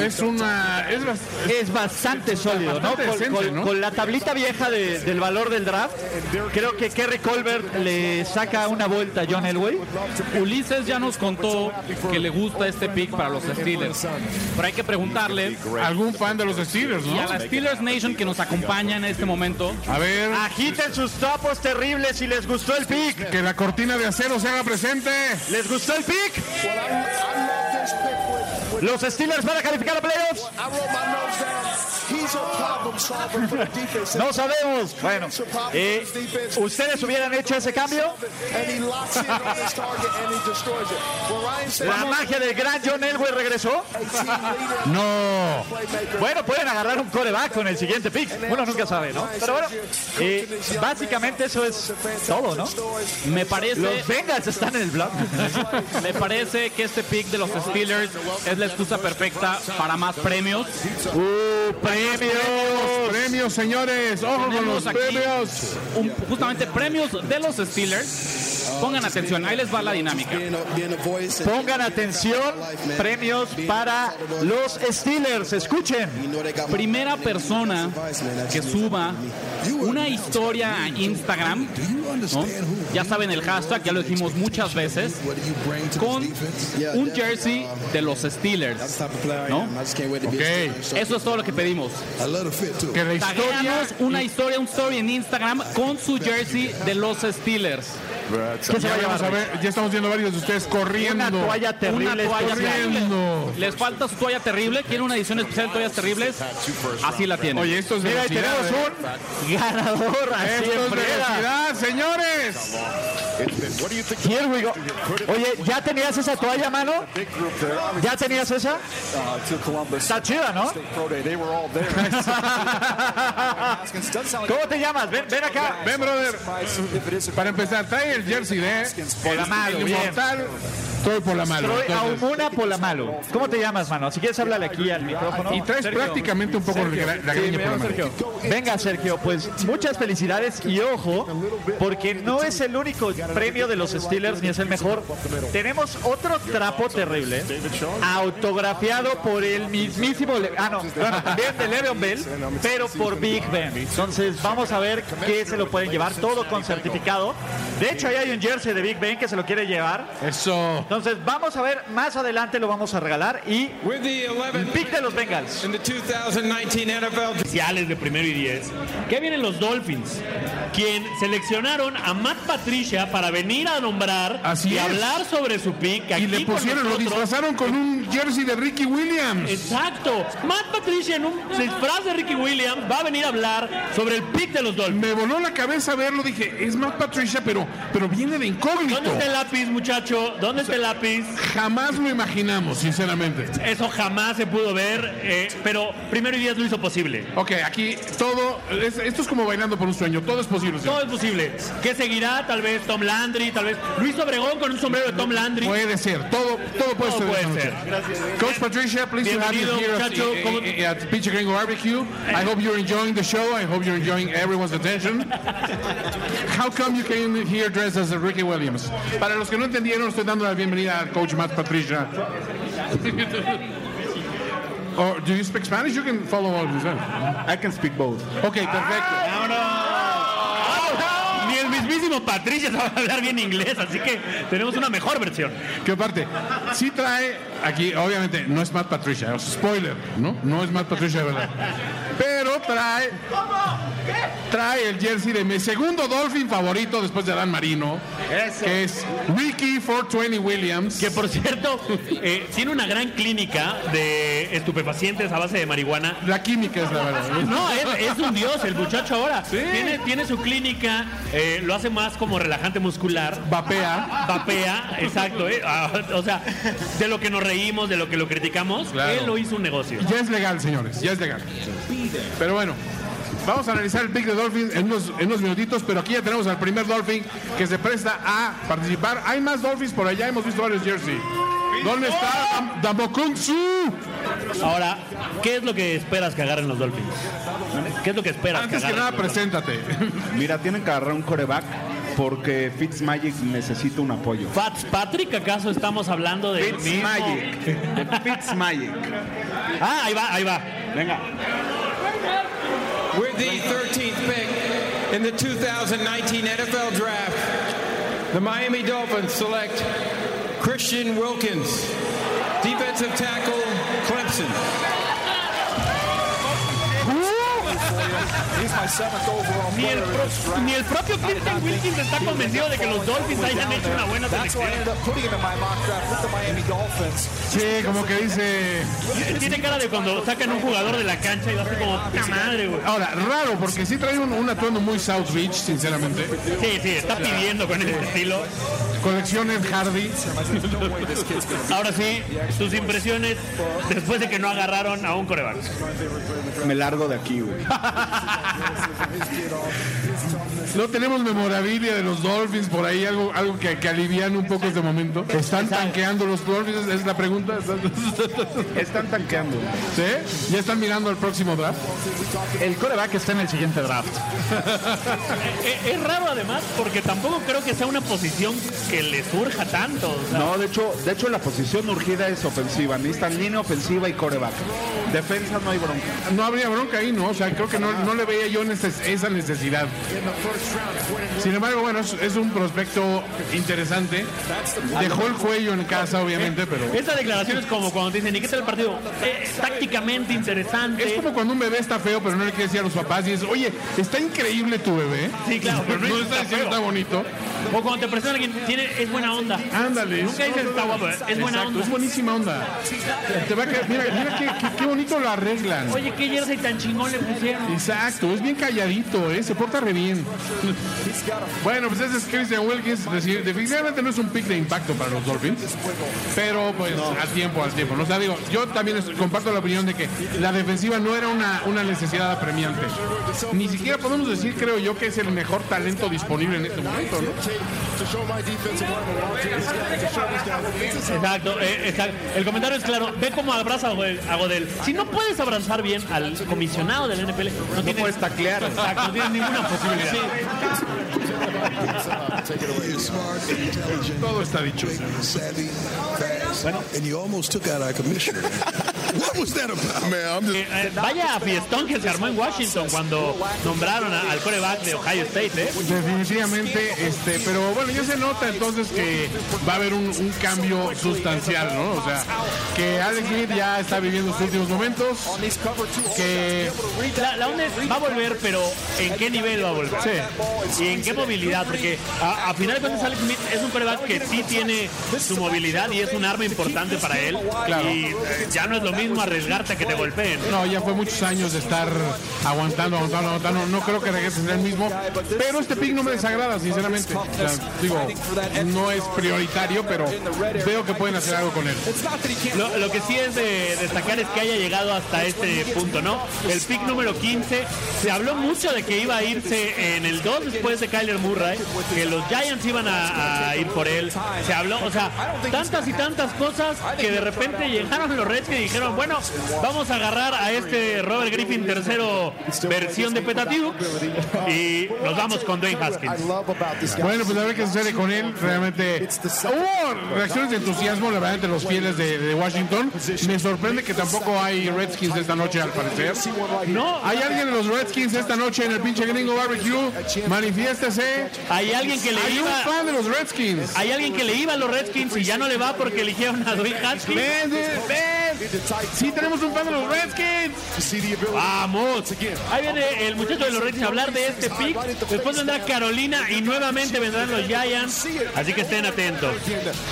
Speaker 3: Es una. Es bas-
Speaker 2: Es bastante sólido, ¿no?
Speaker 3: Bastante
Speaker 2: Con,
Speaker 3: decente,
Speaker 2: con-
Speaker 3: ¿no?
Speaker 2: con la tablita vieja de- del valor del draft, creo que Kerry Colbert le saca una vuelta a John Elway.
Speaker 6: Ulises ya nos contó que le gusta este pick para los Steelers. Pero hay que preguntarle
Speaker 3: algún fan de los Steelers,
Speaker 6: y a
Speaker 3: ¿no?
Speaker 6: la Steelers Nation que nos acompaña en este momento.
Speaker 3: A ver,
Speaker 2: Agiten sus topos terribles si les gustó el pick.
Speaker 3: que la cortina de acero se haga presente.
Speaker 2: ¿Les gustó el pick? Los Steelers van a calificar a playoffs. No sabemos. Bueno, eh, ¿ustedes hubieran hecho ese cambio? La magia del gran John Elway regresó.
Speaker 3: No.
Speaker 2: Bueno, pueden agarrar un coreback con el siguiente pick. Uno nunca sabe, ¿no? Pero bueno, eh, básicamente eso es todo, ¿no?
Speaker 6: Me parece,
Speaker 2: Los Bengals están en el blog.
Speaker 6: me parece que este pick de los Steelers es la excusa perfecta para más premios.
Speaker 3: Uh, Premios, premios, señores. Ojo con
Speaker 6: Tenemos
Speaker 3: los
Speaker 6: aquí
Speaker 3: premios.
Speaker 6: un- justamente premios de los Steelers. Pongan atención, ahí les va la dinámica.
Speaker 2: Pongan atención, premios para los Steelers. Escuchen.
Speaker 6: Primera persona que suba una historia a Instagram, ¿no? ya saben el hashtag, ya lo dijimos muchas veces, con un jersey de los Steelers. ¿no?
Speaker 3: Ok.
Speaker 6: Eso es todo lo que pedimos.
Speaker 3: Que la historia.
Speaker 6: Taguéanos una historia, un story en Instagram con su jersey de los Steelers.
Speaker 3: Pues, Ya, vamos a ver, ya estamos viendo varios de ustedes
Speaker 2: Una
Speaker 3: corriendo.
Speaker 2: toalla terrible.
Speaker 6: Una toalla
Speaker 3: corriendo.
Speaker 6: terrible. Les falta su toalla terrible. Quieren una edición especial de toallas terribles. Así la tienen.
Speaker 3: Oye, esto es
Speaker 2: Mira, ahí
Speaker 3: velocidad.
Speaker 2: tenemos
Speaker 3: ¿eh?
Speaker 2: un ganador así
Speaker 3: Esto
Speaker 2: en
Speaker 3: es
Speaker 2: breve.
Speaker 3: velocidad, señores.
Speaker 2: Here we go. Oye, ¿ya tenías esa toalla, mano? ¿Ya tenías esa? Está chida, ¿no? ¿Cómo te llamas? Ven, ven acá.
Speaker 3: Ven, brother. Para empezar, trae el jersey de
Speaker 2: Polamalo,
Speaker 3: El
Speaker 2: bien.
Speaker 3: inmortal. Estoy por la mano.
Speaker 2: Troy Aumuna Polamalo. ¿Cómo te llamas, mano? Si quieres, háblale aquí al micrófono.
Speaker 3: Y traes prácticamente un poco la, la greña por la mano.
Speaker 2: Venga, Sergio, pues muchas felicidades y ojo, porque no es el único premio de los Steelers ni es el mejor. Tenemos otro trapo terrible, autografiado por el mismísimo, Le- ah no, bueno, también de Le'Veon Bell, pero por Big Ben. Entonces vamos a ver qué se lo pueden llevar, todo con certificado. De hecho, ahí hay un jersey de Big Ben que se lo quiere llevar.
Speaker 3: Eso.
Speaker 2: Entonces vamos a ver, más adelante lo vamos a regalar y pick de los Bengals.
Speaker 5: Especiales de primero y diez. ¿Qué vienen los Dolphins? Quien seleccionaron a Matt Patricia para venir a nombrar
Speaker 3: Así
Speaker 5: y
Speaker 3: es.
Speaker 5: hablar sobre su pick.
Speaker 3: Y le pusieron, lo disfrazaron con un jersey de Ricky Williams.
Speaker 5: Exacto. Matt Patricia en un disfraz de Ricky Williams va a venir a hablar sobre el pick de los Dolphins.
Speaker 3: Me voló la cabeza verlo, dije, es más Patricia, pero, pero viene
Speaker 5: ¿Dónde
Speaker 3: de incógnito.
Speaker 5: está el lápiz, muchacho? ¿Dónde está el lápiz?
Speaker 3: Jamás lo imaginamos, sinceramente.
Speaker 5: Eso jamás se pudo ver, eh, pero primero y diez lo hizo posible.
Speaker 3: Ok, aquí todo, es- esto es como bailando por un sueño, todo es posible. señor.
Speaker 5: Todo es posible. ¿Qué seguirá? Tal vez Tom Landry, tal vez Luis Obregón con un sombrero de Tom Landry.
Speaker 3: Puede ser, todo, todo puede
Speaker 5: Todo
Speaker 3: ser.
Speaker 5: puede
Speaker 3: señor.
Speaker 5: ser.
Speaker 3: Coach Patricia, please to have you
Speaker 5: Bienvenido,
Speaker 3: here at,
Speaker 5: muchacho. ¿Cómo-
Speaker 3: eh, eh, at Pinche Gringo Barbecue. I hope you're enjoying the show. I hope you're enjoying everyone's attention. How come you came here dressed as a Ricky Williams? Para los que no entendieron, estoy dando la bienvenida al Coach Matt Patricia. Or do you speak Spanish? You can follow all this.
Speaker 8: I can speak both.
Speaker 3: Okay, perfecto.
Speaker 5: Ni el mismísimo Patricia sabe hablar bien inglés, así que tenemos una mejor versión.
Speaker 3: Que aparte, sí trae aquí, obviamente, no es Matt Patricia, o sea, spoiler, ¿no? No es Matt Patricia de verdad. Pero Guerrero trae. Trae el jersey de mi segundo Dolphin favorito después de Adán Marino. Que es Ricky 420 Williams.
Speaker 5: Que por cierto, eh, tiene una gran clínica de estupefacientes a base de marihuana.
Speaker 3: La química es la verdad. ¿eh?
Speaker 5: No, es, es un dios el muchacho ahora. Tiene, tiene su clínica, eh, lo hace más como relajante muscular.
Speaker 3: Vapea.
Speaker 5: Vapea, exacto. eh. Ah, o sea, de lo que nos reímos, de lo que lo criticamos,
Speaker 3: Claro.
Speaker 5: él lo hizo un negocio.
Speaker 3: Ya es legal, señores, ya es legal. Pero bueno, vamos a analizar el pick de Dolphins en unos, en unos minutitos, pero aquí ya tenemos al primer Dolphin que se presta a participar. Hay más Dolphins por allá, hemos visto varios jersey. ¿Dónde está Damokung Su?
Speaker 5: Ahora, ¿qué es lo que esperas que agarren los Dolphins? ¿Qué es lo que esperas
Speaker 3: Antes que
Speaker 5: agarren
Speaker 3: nada,
Speaker 5: los Dolphins?
Speaker 3: preséntate.
Speaker 11: Mira, tienen que agarrar un coreback porque Fitzmagic necesita un apoyo.
Speaker 5: ¿Fitzpatrick acaso estamos hablando de
Speaker 11: Fitzmagic. De Fitzmagic.
Speaker 5: Ah, ahí va, ahí va.
Speaker 11: Venga.
Speaker 12: With the 13th pick in the 2019 NFL Draft, the Miami Dolphins select Christian Wilkins, defensive tackle, Clemson.
Speaker 5: Ni el, pro- ni el propio Clifton Wilkins está convencido de que los Dolphins hayan hecho una buena selección.
Speaker 3: Sí, como que dice.
Speaker 5: Tiene cara de cuando sacan un jugador de la cancha y va a ser como, puta madre, güey.
Speaker 3: Ahora, raro, porque sí trae un, un atuendo muy South Beach, sinceramente.
Speaker 5: Sí, sí, está pidiendo con ese estilo.
Speaker 3: Colecciones Hardy.
Speaker 5: Ahora sí, sus impresiones después de que no agarraron a un coreback.
Speaker 11: Me largo de aquí, güey.
Speaker 3: No tenemos memorabilia de los Dolphins por ahí, algo, algo que, que alivian un poco este momento. ¿Están tanqueando los Dolphins? Es la pregunta.
Speaker 11: Están tanqueando.
Speaker 3: ¿Sí? ¿Ya están mirando al próximo draft?
Speaker 13: El coreback está en el siguiente draft.
Speaker 5: Eh, Es raro además porque tampoco creo que sea una posición que le surja tanto. o sea,
Speaker 11: No, de hecho, de hecho la posición urgida es ofensiva. Necesitan línea ofensiva y coreback. Defensa no hay bronca.
Speaker 3: No habría bronca ahí, ¿no? O sea, creo que no, no le veía yo neces- esa necesidad. Sin embargo, bueno, es, es un prospecto interesante. Dejó el cuello en casa, obviamente, pero...
Speaker 5: Esta declaración es como cuando te dicen, ¿y qué tal el partido? Eh, tácticamente
Speaker 3: Es
Speaker 5: interesante.
Speaker 3: como cuando un bebé está feo, pero no le quiere decir a los papás y es, oye, está increíble tu bebé.
Speaker 5: Sí, claro, pero no
Speaker 3: no
Speaker 5: está
Speaker 3: está diciendo
Speaker 5: feo.
Speaker 3: está bonito.
Speaker 5: O cuando te presenta alguien, tiene, es buena onda.
Speaker 3: Ándale.
Speaker 5: Nunca dices está guapo, eh, es buena
Speaker 3: Exacto,
Speaker 5: onda.
Speaker 3: Es buenísima onda. Te va a caer- mira, mira qué, qué- qué bonito lo arreglan.
Speaker 5: Oye, qué jersey tan chingón le pusieron.
Speaker 3: Exacto, es bien calladito, ¿eh? se porta re bien. Bueno, pues ese es Christian Wilkins. decir, definitivamente no es un pick de impacto para los Dolphins, pero pues al tiempo, al tiempo. ¿no? O sea, digo, yo también es- comparto la opinión de que la defensiva no era una, una necesidad apremiante. Ni siquiera podemos decir, creo yo, que es el mejor talento disponible en este momento, ¿no?
Speaker 5: Exacto, eh, exacto. El comentario es claro. Ve cómo abraza a Godel- a Godel. Si no puedes abrazar bien al comisionado del NFL, no, tienes,
Speaker 11: puedes taclear.
Speaker 5: Exacto, no tienes ninguna posibilidad.
Speaker 3: Todo está dicho.
Speaker 14: And you almost took out our commissioner. what was that about? Man, I'm just.
Speaker 5: Eh, eh, vaya fiestón que se armó en Washington cuando nombraron a- al coreback de Ohio State, ¿eh?
Speaker 3: Definitivamente, este, pero bueno, ya se nota entonces que va a haber un, un cambio sustancial, ¿no? O sea, que Alex Smith ya está viviendo sus últimos momentos, que
Speaker 5: La, la onda es, va a volver, pero ¿en qué nivel va a volver? ¿Y en qué movilidad? Porque a, a final de cuentas Alex Smith es un coreback que sí tiene su movilidad y es un arma importante para él.
Speaker 3: Claro.
Speaker 5: Y eh, ya no es lo mismo arriesgarte a que te golpeen.
Speaker 3: no, ya fue muchos años de estar aguantando, aguantando, aguantando, no creo que regrese a ser el mismo, pero este pick no me desagrada, sinceramente. O sea, digo, no es prioritario, pero veo que pueden hacer algo con él.
Speaker 5: Lo, lo que sí es de destacar es que haya llegado hasta este punto, ¿no? El pick número 15. Se habló mucho de que iba a irse en el 2 después de Kyler Murray, que los Giants iban a, a ir por él. Se habló, o sea, tantas y tantas cosas que de repente llegaron los Reds que dijeron, bueno, vamos a agarrar a este Robert Griffin tercero versión de Petativo y nos vamos con Dwayne Haskins.
Speaker 3: Bueno, pues a ver qué sucede con él. Realmente hubo reacciones de entusiasmo, la verdad, entre los fieles de, de Washington. Me sorprende que tampoco hay Redskins esta noche, al parecer.
Speaker 5: No,
Speaker 3: ¿Hay alguien de los Redskins esta noche en el pinche gringo barbecue? Manifiéstese.
Speaker 5: hay alguien que le
Speaker 3: Hay un
Speaker 5: iba...
Speaker 3: fan de los Redskins.
Speaker 5: Hay alguien que le iba a los Redskins y ya no le va porque eligieron a Dwayne Haskins.
Speaker 3: Ven, ven, Sí, tenemos un fan de los Redskins.
Speaker 5: Vamos. Ahí viene el muchacho de los Redskins a hablar de este pick. Después vendrá Carolina y nuevamente vendrán los Giants. Así que estén atentos.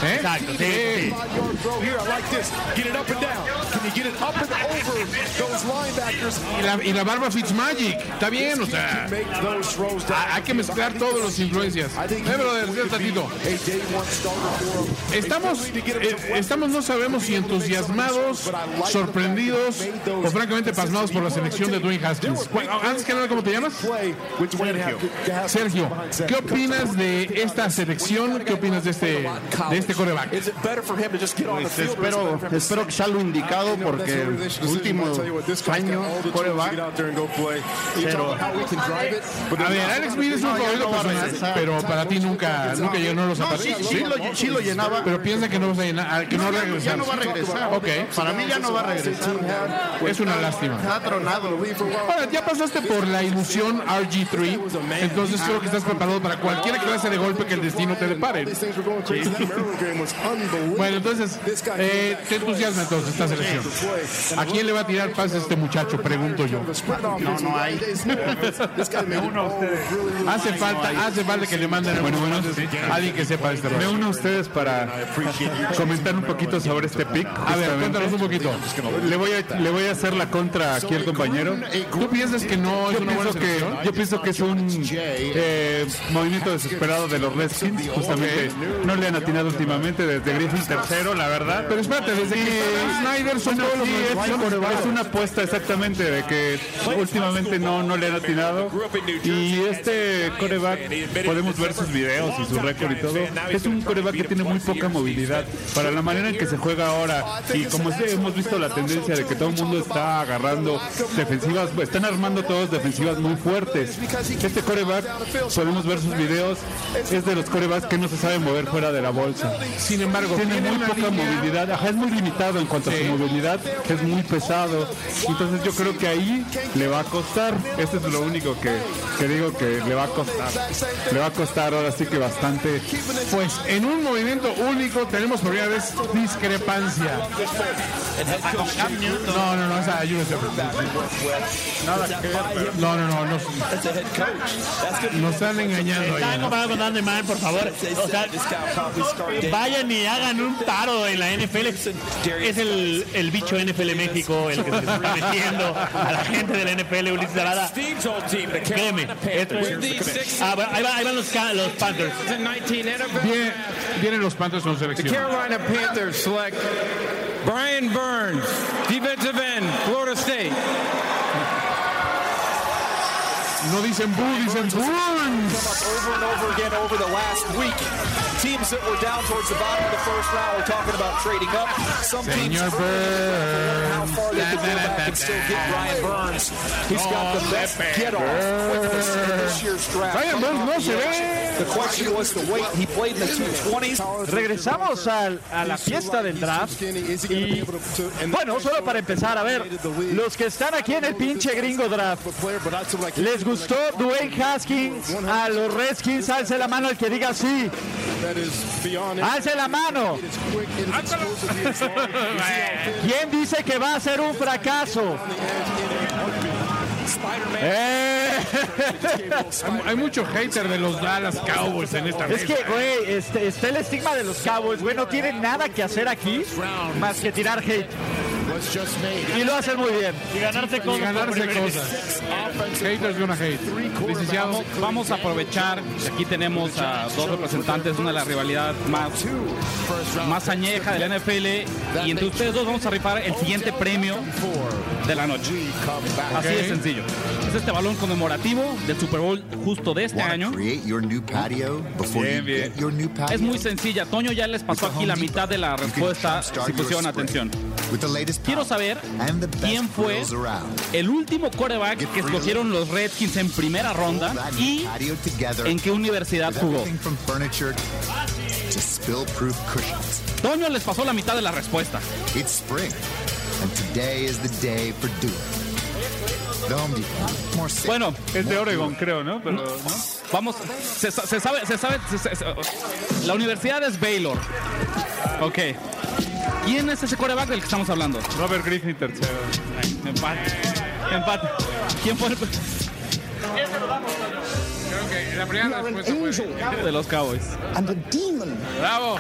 Speaker 5: Exacto. sí, sí, sí.
Speaker 1: Here, I like this. Get it up and down. Can you get it up and over those linebackers?
Speaker 3: Y la, y la barba Fitzmagic. Está bien, o sea. ha- Hay que mezclar todas las influencias. Eh, brother, espera un tantito. Estamos, eh, estamos, no sabemos si entusiasmados, sorprendidos o francamente pasmados por la selección de Dwayne Haskins. Bueno, antes que nada, ¿cómo te llamas? Sergio. Sergio, ¿qué opinas de esta selección? ¿Qué opinas de este, de este coreback?
Speaker 13: Pues espero, espero que sea lo indicado porque último año coreback. Cero.
Speaker 3: A ver, Alex Smith es un favorito personal, pero para ti nunca, nunca llenó los
Speaker 13: No,
Speaker 3: zapatos.
Speaker 13: sí, sí lo- sí lo llenaba.
Speaker 3: Pero piensa que no vas a llenar, que no,
Speaker 13: No,
Speaker 3: va a
Speaker 13: ya no- ya
Speaker 3: regresar.
Speaker 13: no va a regresar.
Speaker 3: Ok.
Speaker 13: Para mí ya no va a regresar.
Speaker 3: Es una lástima.
Speaker 13: Está tronado.
Speaker 3: Ahora, ya pasaste por la ilusión RG3, entonces creo que estás preparado para cualquier clase de golpe que el destino te depare. Bueno, entonces, eh, te entusiasma entonces esta selección. ¿A quién le va a tirar pase este muchacho? Pregunto yo.
Speaker 13: No, no hay.
Speaker 3: Hace falta, hace falta que le manden bueno, bueno, alguien que sepa de este
Speaker 11: Me
Speaker 3: rollo.
Speaker 11: uno a ustedes para comentar un poquito sobre este pick.
Speaker 3: A ver, cuéntanos un poquito.
Speaker 11: Le voy a, le voy a hacer la contra aquí al compañero.
Speaker 3: ¿Tú piensas que no es
Speaker 11: Yo
Speaker 3: una buena
Speaker 11: pienso que,
Speaker 3: selección?
Speaker 11: yo pienso que es un eh, movimiento desesperado de los Redskins, justamente. No le han atinado últimamente desde Griffin tercero, la verdad.
Speaker 3: Pero espérate, desde que está Snyder son
Speaker 11: Bueno,
Speaker 3: todos los
Speaker 11: sí, es,
Speaker 3: son-
Speaker 11: es una apuesta exactamente de que últimamente no, no le han atinado. Y este coreback, podemos ver sus videos y su récord y todo. Es un coreback que tiene muy poca movilidad para la manera en que se juega ahora. Y como sí, hemos visto la tendencia de que todo el mundo está agarrando defensivas, pues, están armando todos defensivas muy fuertes. Este coreback, podemos ver sus videos, es de los corebacks que no se sabe mover fuera de la bolsa.
Speaker 3: Sin embargo,
Speaker 11: tiene
Speaker 3: tiene
Speaker 11: muy
Speaker 3: una
Speaker 11: poca
Speaker 3: línea-
Speaker 11: movilidad. Ajá, es muy limitado en cuanto a su movilidad, es muy pesado. Entonces yo creo que ahí le va a costar. Este es lo único que, que digo que le va a costar. Le va a costar ahora sí que bastante.
Speaker 3: Pues en un movimiento único tenemos por primera vez discrepancia. No, no, no, esa ayuda es No, no, no, nos, nos están engañando.
Speaker 5: Están
Speaker 3: ahí,
Speaker 5: comparando con Dan DeMar, por favor. O sea, vayan y hagan un paro en la NFL. Es el, el bicho NFL México el que se está metiendo a la gente de la NFL, Ulises Arada. Créeme. esto es- Ah, bueno, ahí, va- ahí van los, ca- los Panthers.
Speaker 3: Viene- vienen los Panthers con
Speaker 12: The
Speaker 3: selección.
Speaker 12: Carolina Panthers select Brian Burns, defensive end, Florida State.
Speaker 3: No dicen Boo, dicen Burns.
Speaker 1: Over and over again over the last week. Teams that were down towards the bottom of the first round were talking about trading up. Some teams
Speaker 3: Señor
Speaker 1: how
Speaker 3: Burns.
Speaker 1: far they could go back and still get Brian Burns. He's got the best get off with the, this year's draft.
Speaker 3: Brian Burns no se ve.
Speaker 1: The question was the weight. He played in the 220s.
Speaker 2: Regresamos al- a la fiesta del draft. Y bueno, solo para empezar, a ver, los que están aquí en el pinche gringo draft, ¿les gustó Dwayne Haskins a los Redskins? Alce la mano el que diga sí. Alce la mano. ¿Quién dice que va a ser un fracaso?
Speaker 3: Eh. hay, hay mucho hater de los Dallas Cowboys en esta
Speaker 2: Es que,
Speaker 3: mesa, eh.
Speaker 2: güey, este, está el estigma de los Cowboys, güey, no tienen nada que hacer aquí más que tirar hate. Y lo hacen muy bien.
Speaker 5: Y ganarse
Speaker 3: Y
Speaker 5: cosas.
Speaker 3: ganarse
Speaker 5: por primera vez.
Speaker 3: cosas. Haters gonna hate. Licenciado.
Speaker 6: Vamos, vamos a aprovechar que aquí tenemos a dos representantes de una de las rivalidades más, más añeja de la NFL y entre ustedes dos vamos a rifar el siguiente premio de la noche. Así de sencillo. Es este balón conmemorativo del Super Bowl justo de este año.
Speaker 11: Bien, bien.
Speaker 6: Es muy sencilla. Toño ya les pasó aquí la mitad de la respuesta si pusieron atención. Quiero saber quién fue el último coreback que escogieron los Redskins en primera ronda y en qué universidad jugó. Toño les pasó la mitad de la respuesta.
Speaker 15: It's spring, and today is the day for doing. The Home Depot. More safe.
Speaker 6: Bueno,
Speaker 11: Es de Oregon, creo, ¿no? Pero, ¿no?
Speaker 6: Vamos, se, sa- se sabe, se sabe, se- se- se- la universidad es Baylor. Ok.
Speaker 16: ¿Quién es ese coreback del que estamos hablando?
Speaker 17: Robert Griffin tercero.
Speaker 16: Empate. Empate. ¿Quién fue el
Speaker 3: Creo que la primera respuesta fue
Speaker 16: de los Cowboys?
Speaker 3: And a demon. Bravo.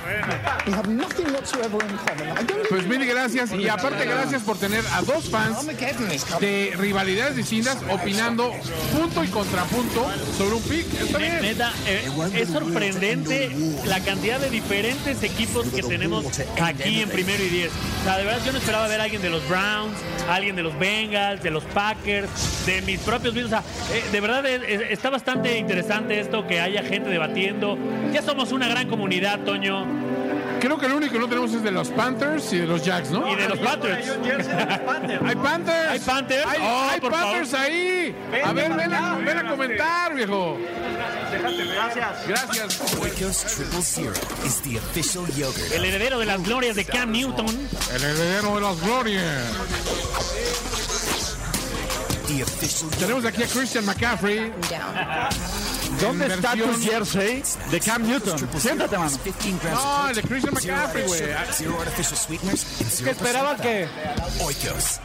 Speaker 3: Pues mil gracias y aparte gracias por tener a dos fans de rivalidades distintas opinando punto y contrapunto sobre un pick. Está bien.
Speaker 5: Neta, eh, es sorprendente la cantidad de diferentes equipos que tenemos aquí en primero y diez. O sea, de verdad yo no esperaba ver a alguien de los Browns, a alguien de los Bengals, de los Packers, de mis propios mismos. O sea, eh, de verdad es- es- está bastante interesante esto que haya gente debatiendo. Ya somos una gran comunidad, Toño.
Speaker 3: Creo que lo único que no tenemos es de los Panthers y de los Jacks, ¿no?
Speaker 5: Y de los Patriots.
Speaker 3: Hay Panthers.
Speaker 5: Hay Panthers.
Speaker 3: Hay,
Speaker 5: Oh,
Speaker 3: hay
Speaker 5: por
Speaker 3: Panthers
Speaker 5: favor.
Speaker 3: ahí.
Speaker 5: Vente
Speaker 3: A ver,
Speaker 5: para
Speaker 3: ven a,
Speaker 5: acá.
Speaker 3: ven a comentar, viejo.
Speaker 18: Gracias.
Speaker 3: Gracias.
Speaker 1: Oikos Triple Zero is the official yogurt.
Speaker 5: El heredero de las glorias de Cam Newton.
Speaker 3: El heredero de las glorias. Tenemos aquí a Christian McCaffrey.
Speaker 1: ¿Dónde está tu
Speaker 3: jersey
Speaker 1: de Cam Newton?
Speaker 3: Siéntate, mano. No, el de Christian
Speaker 1: Zero
Speaker 3: McCaffrey, güey.
Speaker 1: artificial- Zero artificial sweeteners and zero
Speaker 6: ¿Qué esperaba
Speaker 1: percent
Speaker 6: que-
Speaker 1: fat. Oikos.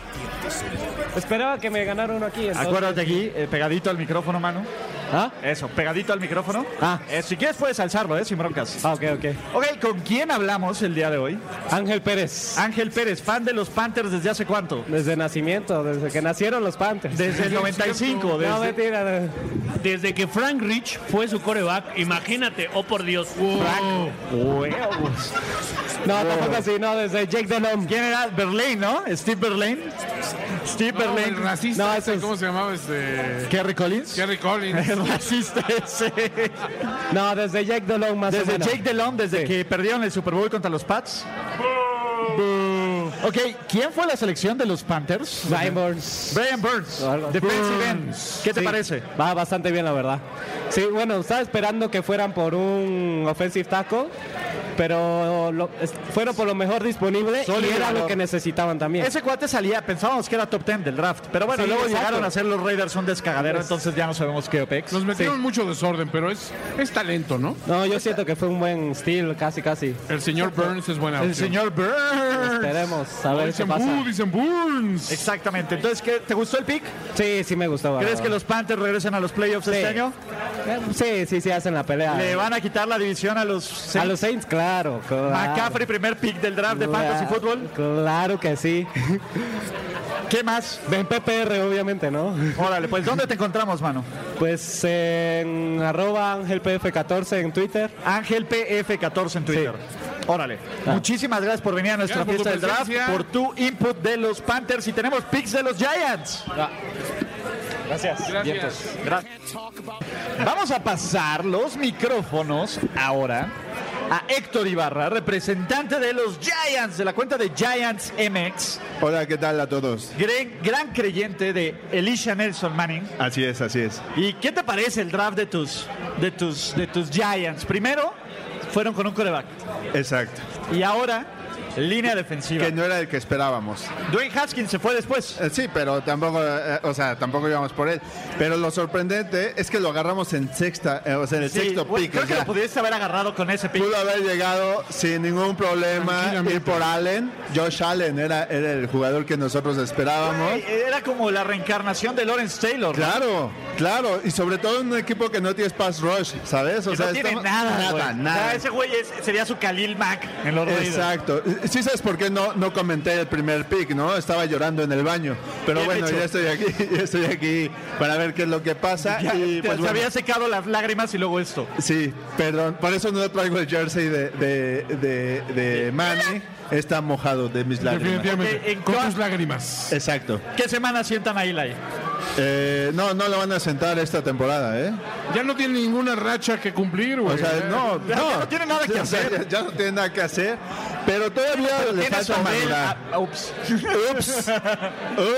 Speaker 6: Esperaba que me ganara uno aquí. entonces-
Speaker 2: Acuérdate aquí, eh, pegadito al micrófono, mano. ¿Ah? Eso, pegadito al micrófono. Ah. si quieres puedes alzarlo, ¿eh? Sin broncas. Ah, ok, ok. Ok, ¿con quién hablamos el día de hoy?
Speaker 6: Ángel Pérez.
Speaker 2: Ángel Pérez, fan de los Panthers desde hace cuánto?
Speaker 6: Desde nacimiento, desde que nacieron los Panthers.
Speaker 2: Desde el 95, desde-
Speaker 6: No, mentira. de-
Speaker 5: Desde que Frank Rich fue su coreback, imagínate, oh por Dios.
Speaker 6: No, tampoco así, no, desde Jake Delhomme.
Speaker 2: ¿Quién era? Berlín, ¿no? Steve Berlín. Steve
Speaker 3: No,
Speaker 2: Berlín.
Speaker 3: el racista. ese, ¿Cómo se llamaba este?
Speaker 2: Kerry Collins.
Speaker 3: Kerry Collins.
Speaker 2: El racista ese.
Speaker 6: No, desde Jake Delhomme más
Speaker 2: desde
Speaker 6: o menos.
Speaker 2: Jake DeLong, desde que perdieron el Super Bowl contra los Pats. Ok, ¿quién fue la selección de los Panthers?
Speaker 6: Brian Burns.
Speaker 2: Brian Burns. Defensive end. ¿Qué te
Speaker 6: Sí,
Speaker 2: parece?
Speaker 6: Va bastante bien, la verdad. Sí, bueno, estaba esperando que fueran por un offensive tackle, pero lo- es- fueron por lo mejor disponible
Speaker 2: Sólido
Speaker 6: y era
Speaker 2: valor.
Speaker 6: lo que necesitaban también.
Speaker 2: Ese cuate salía, pensábamos que era top 10 del draft, pero bueno,
Speaker 6: Sí,
Speaker 2: luego
Speaker 6: exacto.
Speaker 2: llegaron a ser los Raiders un descagadero, entonces ya no sabemos qué OPEX.
Speaker 3: Nos metieron mucho desorden, pero es, es talento, ¿no?
Speaker 6: No, yo siento que fue un buen steal, casi, casi.
Speaker 3: El señor Burns es buena
Speaker 2: El señor Burns.
Speaker 6: Esperemos a ver
Speaker 2: Dicen
Speaker 6: qué pasa.
Speaker 2: "Boo",
Speaker 3: dicen Burns.
Speaker 2: Exactamente. Entonces, ¿qué, ¿te gustó el pick?
Speaker 6: Sí, sí me gustó. la
Speaker 2: ¿Crees
Speaker 6: verdad.
Speaker 2: que los Panthers regresen a los playoffs
Speaker 6: Sí.
Speaker 2: este año?
Speaker 6: Sí, sí, sí, hacen la pelea.
Speaker 2: ¿Le van a quitar la división a los
Speaker 6: A los Saints, claro. claro.
Speaker 2: McCaffrey, primer pick del draft de Fantasy
Speaker 6: Claro,
Speaker 2: Football?
Speaker 6: Claro que sí.
Speaker 2: ¿Qué más?
Speaker 6: Ven PPR, obviamente, ¿no?
Speaker 2: Órale, pues ¿dónde te encontramos, mano?
Speaker 6: Pues en arroba angelpf14 en Twitter. Ah.
Speaker 2: Ángel PF14 en Twitter. Órale. Muchísimas gracias por venir a nuestra
Speaker 6: Gracias
Speaker 2: fiesta
Speaker 6: por
Speaker 2: del
Speaker 6: tu
Speaker 2: draft,
Speaker 6: presencia.
Speaker 2: por tu input de los Panthers y tenemos picks de los Giants.
Speaker 6: Ah, Gracias. Vientos.
Speaker 2: Gracias. Vamos a pasar los micrófonos ahora a Héctor Ibarra, representante de los Giants, de la cuenta de Giants MX.
Speaker 19: Hola, ¿qué tal a todos?
Speaker 2: Gran, gran creyente de Elisha Nelson Manning.
Speaker 19: Así es, así es.
Speaker 2: ¿Y qué te parece el draft de tus, de tus, de tus Giants? Primero fueron con un coreback.
Speaker 19: Exacto.
Speaker 2: Y ahora, línea defensiva.
Speaker 19: Que no era el que esperábamos.
Speaker 2: Dwayne Haskins se fue después.
Speaker 19: Sí, pero tampoco, eh, o sea, tampoco íbamos por él. Pero lo sorprendente es que lo agarramos en sexta, eh, o sea, en el
Speaker 2: Sí,
Speaker 19: sexto
Speaker 2: bueno,
Speaker 19: pick.
Speaker 2: Creo
Speaker 19: o
Speaker 2: que
Speaker 19: sea,
Speaker 2: lo pudiste haber agarrado con ese pick.
Speaker 19: Pudo haber llegado sin ningún problema, ir por Allen. Josh Allen era, era el jugador que nosotros esperábamos.
Speaker 2: Era como la reencarnación de Lawrence Taylor. ¿no?
Speaker 19: Claro, claro, y sobre todo en un equipo que no tiene pass rush, ¿sabes? O
Speaker 2: Que
Speaker 19: sea,
Speaker 2: no tiene
Speaker 19: estamos-
Speaker 2: nada,
Speaker 19: nada,
Speaker 2: güey.
Speaker 19: nada.
Speaker 2: O sea, ese güey es- sería su Khalil Mack en los Raiders.
Speaker 19: Exacto. Sí sabes por qué no, no comenté el primer pick, ¿no? Estaba llorando en el baño. Pero
Speaker 2: Bien
Speaker 19: bueno,
Speaker 2: hecho.
Speaker 19: ya estoy aquí, ya estoy aquí para ver qué es lo que pasa. y,
Speaker 2: Te-
Speaker 19: pues,
Speaker 2: se
Speaker 19: bueno.
Speaker 2: había secado las lágrimas y luego esto.
Speaker 19: Sí, perdón. Por eso no traigo el jersey de, de, de, de Manny. Está mojado de mis lágrimas.
Speaker 3: Definitivamente.
Speaker 2: Ok, ¿en
Speaker 3: Con
Speaker 2: cuál-
Speaker 3: tus lágrimas.
Speaker 19: Exacto.
Speaker 2: ¿Qué semana sientan a Eli?
Speaker 19: Eh, no, no lo van a sentar esta temporada, ¿eh?
Speaker 3: Ya no tiene ninguna racha que cumplir, güey.
Speaker 19: O sea, no, no, O sea, Ya, ya no tiene nada que hacer. Pero todavía le
Speaker 2: Tienes
Speaker 19: falta
Speaker 2: a Odell,
Speaker 19: madurar.
Speaker 3: Ah,
Speaker 2: a- a- Ups.
Speaker 19: Ups.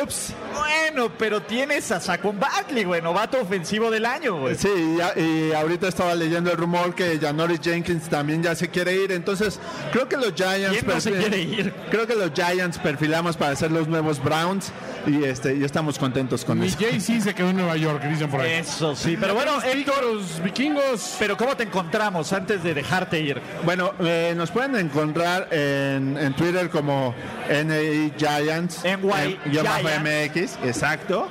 Speaker 19: Ups.
Speaker 2: Bueno, pero tienes a Saquon Barkley, güey, novato ofensivo del año, güey.
Speaker 19: Sí, y a- y ahorita estaba leyendo el rumor que Janoris Jenkins también ya se quiere ir. Entonces, creo que los Giants.
Speaker 2: ¿Quién no se
Speaker 19: perfil-
Speaker 2: quiere ir?
Speaker 19: Creo que los Giants perfilamos para ser los nuevos Browns y este y estamos contentos con
Speaker 3: Mi Y Jay-Z se quedó en Nueva York, dicen por ahí.
Speaker 2: Eso sí, pero bueno,
Speaker 3: los vikingos.
Speaker 2: Pero ¿cómo te encontramos antes de dejarte ir?
Speaker 19: Bueno, eh, nos pueden encontrar en, en Twitter como NI Giants.
Speaker 2: NY
Speaker 19: eh, guión bajo MX, exacto.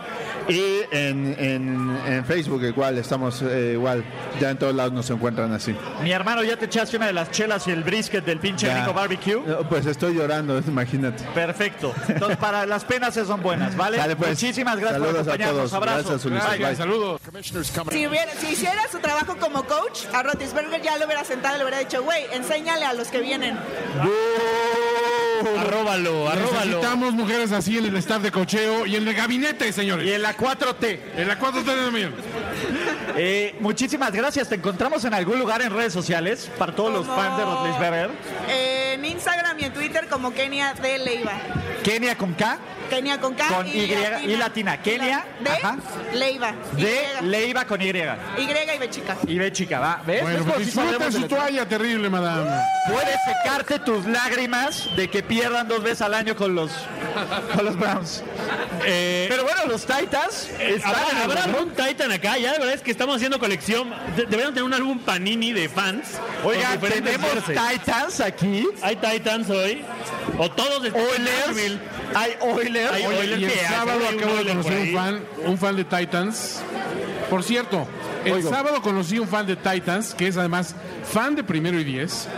Speaker 19: Y en, en- en Facebook igual, estamos eh, igual. Ya en todos lados nos encuentran así.
Speaker 2: Mi hermano, ¿ya te echaste una de las chelas y el brisket del pinche
Speaker 19: Ya.
Speaker 2: gringo barbecue?
Speaker 19: No, Pues estoy llorando, imagínate.
Speaker 2: Perfecto. Entonces, para las penas esas son buenas, ¿vale?
Speaker 19: Sale, pues.
Speaker 2: Muchísimas gracias
Speaker 19: Saludos
Speaker 2: por
Speaker 19: a
Speaker 2: acompañarnos.
Speaker 19: todos.
Speaker 2: Abrazos.
Speaker 19: Gracias, Ulises.
Speaker 2: Bye.
Speaker 19: Bye.
Speaker 3: Saludos.
Speaker 20: Si, hubiera, si hiciera su trabajo como coach, a Rotisberger ya lo hubiera sentado y le hubiera dicho, güey, enséñale a los que vienen.
Speaker 2: Arróbalo,
Speaker 3: arróbalo. Necesitamos mujeres así en el staff de cocheo y en el gabinete, señores. Y
Speaker 2: en la 4T.
Speaker 3: En la 4T de la mañana.
Speaker 2: Eh, muchísimas gracias. ¿Te encontramos en algún lugar en redes sociales para todos los fans de Rotlisberger?
Speaker 20: En Instagram y en Twitter como Kenia de Leiva.
Speaker 2: Kenia con K,
Speaker 20: Kenia con K
Speaker 2: con Y,
Speaker 20: y,
Speaker 2: y latina. Kenia
Speaker 20: de
Speaker 2: ajá,
Speaker 20: Leiva.
Speaker 2: de Leiva con Y.
Speaker 20: Y, y B chica.
Speaker 2: Y ve chica, va. ¿Ves?
Speaker 3: Bueno,
Speaker 2: ¿Ves
Speaker 3: pues
Speaker 2: cómo sí
Speaker 3: disfruta
Speaker 2: sabemos
Speaker 3: su
Speaker 2: de la-
Speaker 3: toalla terrible, madame.
Speaker 2: Puedes secarte tus lágrimas de que pierdan dos veces al año con los, con los Browns. Pero bueno, los Titans
Speaker 5: Eh,
Speaker 2: están en
Speaker 5: ¿Habrá,
Speaker 2: el
Speaker 5: habrá
Speaker 2: Super Bowl.
Speaker 5: algún Titan acá? Ya, la verdad es que estamos haciendo colección. De- deberían tener un álbum panini de fans.
Speaker 2: Oiga,
Speaker 5: con diferentes
Speaker 2: ¿tenemos
Speaker 5: jerseys.
Speaker 2: Titans aquí?
Speaker 5: Hay Titans hoy. O todos están en
Speaker 2: Oilers.
Speaker 5: Nashville.
Speaker 2: Hay Oilers.
Speaker 5: Hay
Speaker 3: Oye,
Speaker 5: Oilers
Speaker 3: y el
Speaker 5: que
Speaker 3: sábado
Speaker 5: hacen un
Speaker 3: acabo de
Speaker 5: Oilers por
Speaker 3: conocer un
Speaker 5: ahí.
Speaker 3: fan, un fan de Titans. Por cierto, el sábado conocí un fan de Titans que es además fan de Primero y Diez.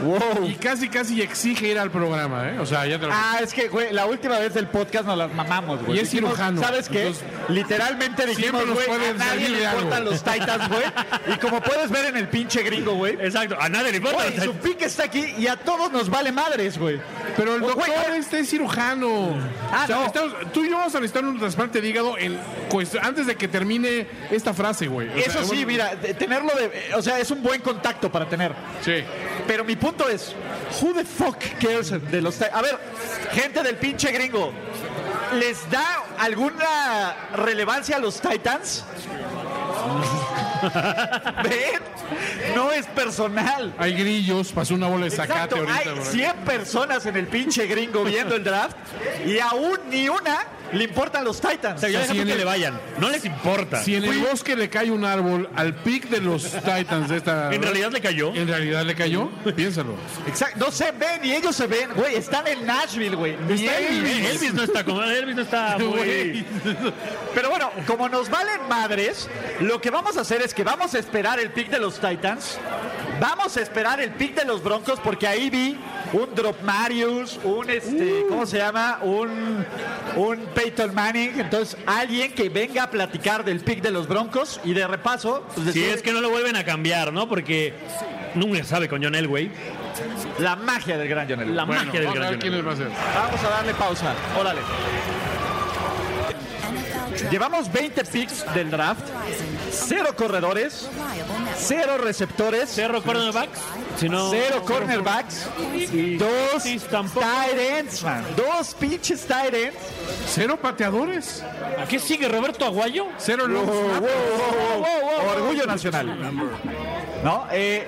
Speaker 3: Y casi, casi exige ir al programa, ¿eh? O sea, ya te lo
Speaker 2: Ah, es que, güey, la última vez del podcast nos las mamamos, güey.
Speaker 3: Y es
Speaker 2: Dijimos,
Speaker 3: cirujano.
Speaker 2: ¿Sabes qué?
Speaker 3: Entonces,
Speaker 2: Literalmente dijimos,
Speaker 3: siempre nos
Speaker 2: güey, a
Speaker 3: pueden
Speaker 2: nadie
Speaker 3: salir
Speaker 2: le
Speaker 3: de algo.
Speaker 2: importan los Titans, güey. Y como puedes ver en el pinche gringo, güey.
Speaker 5: Exacto, a nadie le importa.
Speaker 2: Güey, su pique está aquí y a todos nos vale madres, güey.
Speaker 3: Pero el
Speaker 2: Güey,
Speaker 3: doctor este es cirujano.
Speaker 2: Ah,
Speaker 3: O sea,
Speaker 2: no.
Speaker 3: estamos- tú y yo vamos a necesitar un trasplante de hígado en cuest- antes de que termine esta frase, güey. O sea,
Speaker 2: Eso sí,
Speaker 3: bueno,
Speaker 2: mira, de- tenerlo de. O sea, es un buen contacto para tener.
Speaker 3: Sí.
Speaker 2: Pero mi punto es: ¿Who the fuck cares de los. Ti- A ver, gente del pinche gringo, ¿les da alguna relevancia a los Titans? ¿Ven? No es personal.
Speaker 3: Hay grillos, pasó una bola de
Speaker 2: Exacto,
Speaker 3: zacate ahorita.
Speaker 2: hay
Speaker 3: por ahí.
Speaker 2: 100 personas en el pinche gringo viendo el draft y aún ni una le importan los Titans. Pues
Speaker 3: sea, ya deja tú que le
Speaker 5: vayan. No les importa.
Speaker 3: Si en el bosque le cae un árbol al pic de los Titans de esta.
Speaker 5: ¿En realidad le cayó?
Speaker 3: En realidad le cayó. Piénsalo.
Speaker 2: Exacto, no se ven y ellos se ven, güey, están en Nashville, güey. Ni
Speaker 5: Está Elvis. Elvis no está como- Elvis no está muy-
Speaker 2: Güey. Pero bueno, como nos valen madres, lo que vamos a hacer es que vamos a esperar el pick de los Titans. Vamos a esperar el pick de los Broncos porque ahí vi un Drop Marius, un
Speaker 5: Uh.
Speaker 2: este, ¿cómo se llama? Un, un Peyton Manning. Entonces, alguien que venga a platicar del pick de los Broncos y de repaso. pues,
Speaker 5: Si
Speaker 2: decir
Speaker 5: es que no lo vuelven a cambiar, ¿no? Porque nunca sabe con John Elway.
Speaker 2: La magia del gran John Elway.
Speaker 5: La
Speaker 3: Bueno,
Speaker 5: magia del
Speaker 3: vamos a
Speaker 5: gran
Speaker 3: ver
Speaker 5: John Elway.
Speaker 3: quiénes va a ser.
Speaker 2: Vamos a darle pausa. Órale. Llevamos 20 picks del draft, cero corredores, cero receptores, cero
Speaker 5: cornerbacks, no-
Speaker 2: cero cornerbacks, dos tight ends, man, dos pinches tight ends.
Speaker 3: Cero pateadores.
Speaker 5: ¿A qué sigue Roberto Aguayo?
Speaker 3: Cero long snap.
Speaker 2: Orgullo nacional. ¿No? Eh,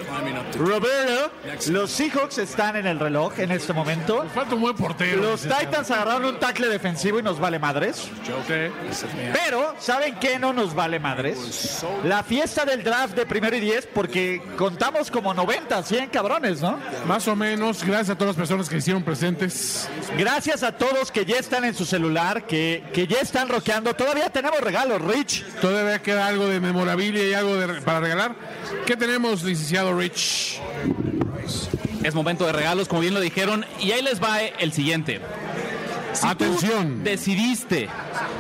Speaker 2: Roberto, los Seahawks están en el reloj en este momento.
Speaker 3: Falta un buen portero.
Speaker 2: Los Titans agarraron un tackle defensivo y nos vale madres. Pero, ¿saben qué no nos vale madres? La fiesta del draft de primero y diez, porque contamos como 90, 100 cabrones, ¿no?
Speaker 3: Más o menos, gracias a todas las personas que hicieron presentes.
Speaker 2: Gracias a todos que ya están en su celular, que, que ya están rockeando. Todavía tenemos regalos, Rich.
Speaker 3: Todavía queda algo de memorabilia y algo de- para regalar. ¿Qué tenemos, licenciado Rich?
Speaker 6: Es momento de regalos, como bien lo dijeron. Y ahí les va eh, el siguiente. Si
Speaker 3: Atención.
Speaker 6: tú decidiste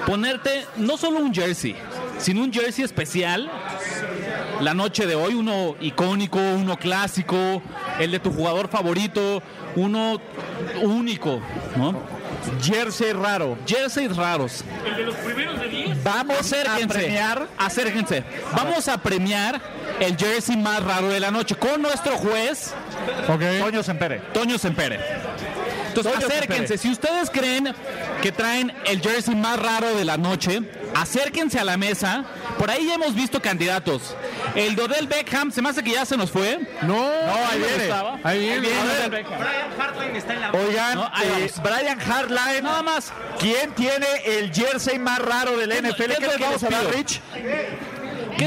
Speaker 6: ponerte no solo un jersey, sino un jersey especial la noche de hoy, uno icónico, uno clásico, el de tu jugador favorito, uno único, ¿no?
Speaker 2: Jersey raro.
Speaker 6: Jerseys raros.
Speaker 5: El de los primeros de 10.
Speaker 2: Vamos
Speaker 6: Acérquense.
Speaker 2: a premiar.
Speaker 6: Acérquense. Vamos a premiar el jersey más raro de la noche con nuestro juez.
Speaker 2: Toño Sempere.
Speaker 6: Toño Sempere. Entonces,
Speaker 2: Toño
Speaker 6: acérquense.
Speaker 2: Sempere.
Speaker 6: Si ustedes creen que traen el jersey más raro de la noche, acérquense a la mesa. Por ahí ya hemos visto candidatos. El de Odell Beckham se me hace que ya se nos fue.
Speaker 21: No,
Speaker 6: ahí
Speaker 21: no
Speaker 6: viene.
Speaker 21: estaba. Ahí viene.
Speaker 6: Odell Beckham.
Speaker 1: Brian Hartline está en la
Speaker 2: Oigan,
Speaker 1: No, ahí
Speaker 2: eh,
Speaker 1: vamos.
Speaker 2: Brian Hartline. Nada más. ¿Quién tiene el jersey más raro del NFL?
Speaker 1: ¿Qué
Speaker 2: ¿Qué
Speaker 1: es lo
Speaker 2: vamos
Speaker 1: que
Speaker 2: a dar,
Speaker 1: pido?
Speaker 2: Rich?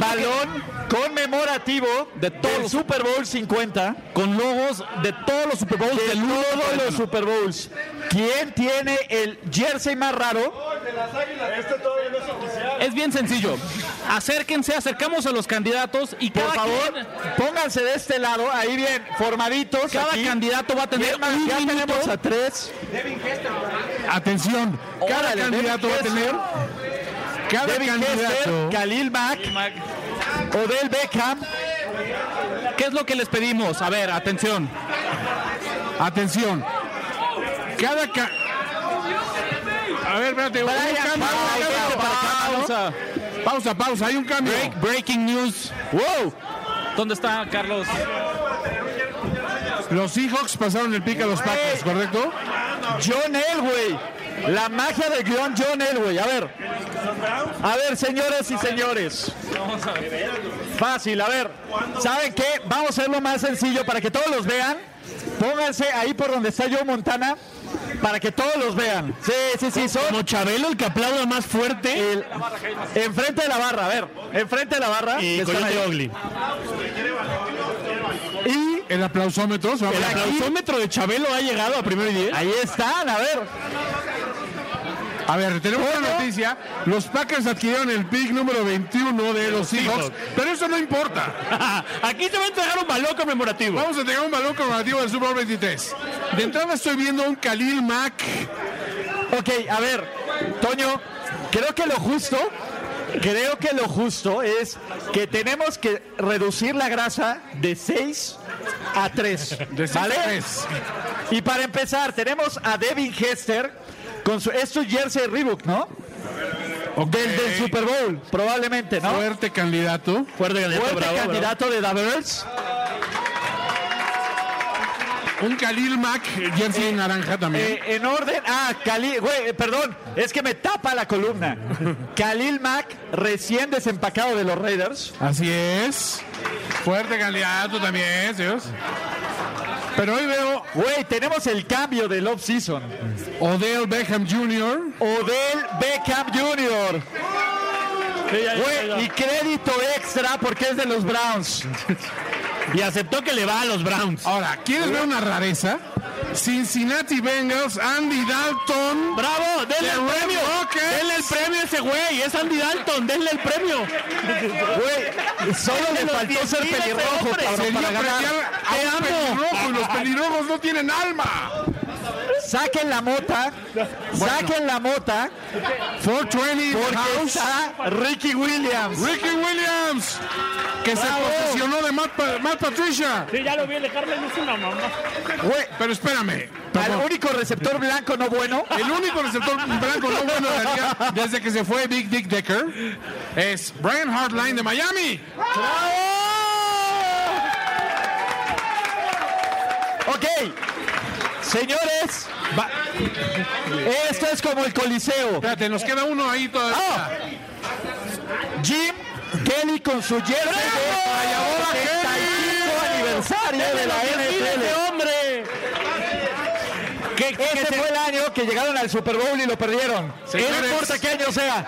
Speaker 2: Balón conmemorativo de todo el Super Bowl 50
Speaker 6: con logos de todos los Super Bowls
Speaker 2: de todos los Super Bowls. ¿Quién tiene el jersey más raro?
Speaker 6: Es bien sencillo. Acérquense, acercamos a los candidatos y
Speaker 2: Por favor, pónganse de este lado, ahí bien, formaditos.
Speaker 6: Cada candidato va a tener
Speaker 2: ¿Quién más?
Speaker 6: un
Speaker 2: Ya
Speaker 6: minuto.
Speaker 2: tenemos a tres.
Speaker 3: Atención, cada
Speaker 2: Órale,
Speaker 3: candidato va a
Speaker 2: Devin
Speaker 3: tener.
Speaker 2: Hester,
Speaker 3: Cada
Speaker 2: Devin
Speaker 3: candidato.
Speaker 2: Hester, Khalil Mack, Odell Beckham.
Speaker 6: ¿Qué es lo que les pedimos? A ver, atención.
Speaker 3: Atención. Cada ca- A ver, espérate. hubo un
Speaker 2: Brian,
Speaker 3: cambio,
Speaker 2: pausa,
Speaker 3: hubo un cambio para acá, ¿no? Pausa, pausa. Hay un cambio.
Speaker 6: breaking news.
Speaker 3: Wow.
Speaker 6: ¿Dónde está Carlos?
Speaker 3: Los Seahawks pasaron el pick a los Packers, ¿correcto?
Speaker 2: John Elway. La magia del guión John Elway. A ver. A ver, señoras y señores. Fácil, a ver. ¿Saben qué? Vamos a hacerlo más sencillo para que todos los vean. Pónganse ahí por donde está Joe Montana para que todos los vean. Sí, sí, sí. Son Como Chabelo, el que aplauda más fuerte. enfrente de la barra, a ver. Enfrente de la barra.
Speaker 3: Y
Speaker 2: Están
Speaker 3: Coyote
Speaker 2: ahí.
Speaker 3: Ogli.
Speaker 2: Y
Speaker 3: El aplausómetro. se va a
Speaker 2: el
Speaker 3: poner aquí.
Speaker 2: aplausómetro de Chabelo ¿eh? ha llegado a primero y diez. Ahí están, a ver.
Speaker 3: A ver, tenemos una noticia. Los Packers adquirieron el pick número 21 de los Seahawks, pero eso no importa.
Speaker 6: Aquí se va a entregar un balón conmemorativo.
Speaker 3: Vamos a entregar un balón conmemorativo del Super Bowl 23. De entrada estoy viendo un Khalil Mack.
Speaker 2: Ok, a ver, Toño, creo que lo justo, creo que lo justo es que tenemos que reducir la grasa de 6 a 3.
Speaker 3: seis a tres.
Speaker 2: Y para empezar, tenemos a Devin Hester con su, es su jersey Reebok, ¿no? Del, del Super Bowl, probablemente, ¿no?
Speaker 3: Fuerte candidato.
Speaker 2: Fuerte
Speaker 3: candidato, bravo, bravo.
Speaker 2: candidato de Davers.
Speaker 3: Un Khalil Mack, jersey naranja también.
Speaker 2: Eh, en orden, ah, Khalil, güey, eh, perdón, es que me tapa la columna. Khalil Mack, recién desempacado de los Raiders.
Speaker 3: Así es. Fuerte candidato también, señores. Pero hoy veo.
Speaker 2: Güey, tenemos el cambio del off-season.
Speaker 3: Odell Beckham Jr.
Speaker 2: Odell Beckham Jr. Güey, y crédito extra porque es de los Browns.
Speaker 3: Y aceptó que le va a los Browns. Ahora, ¿quieres ver una rareza? Cincinnati Bengals, Andy Dalton.
Speaker 6: ¡Bravo! ¡Denle el premio! ¡Denle el premio a ese güey! ¡Es Andy Dalton! ¡Denle el premio!
Speaker 2: Güey, solo le
Speaker 6: Denle los
Speaker 2: faltó
Speaker 6: 10,000
Speaker 2: ser
Speaker 6: a ese
Speaker 2: pelirrojo,
Speaker 6: hombre.
Speaker 2: cabrón, para ganar.
Speaker 3: a un pelirrojo y los pelirrojos no tienen alma.
Speaker 2: Saquen la mota, saquen la mota,
Speaker 3: 420 in the
Speaker 2: porque
Speaker 3: house.
Speaker 2: está Ricky Williams.
Speaker 3: Ricky Williams, que
Speaker 2: Bravo.
Speaker 3: se posicionó de Matt, Pa- Matt Patricia.
Speaker 5: Sí, ya lo vi, el de Harlan es una mamá.
Speaker 2: Güey,
Speaker 3: Pero espérame.
Speaker 2: al único receptor blanco no bueno.
Speaker 3: El único receptor blanco no bueno de la liga desde que se fue Big Dick Decker es Brian Hartline de Miami.
Speaker 2: Ok, señores, Eh. va- esto es como el Coliseo.
Speaker 3: Espérate, nos queda uno ahí todavía.
Speaker 2: Ah. Jim Kelly con su jersey de 75 aniversario de la
Speaker 3: este
Speaker 2: NFL.
Speaker 6: hombre!
Speaker 2: Que, Ese fue el año que llegaron al Super Bowl y lo perdieron.
Speaker 3: Señores.
Speaker 2: No importa qué año sea.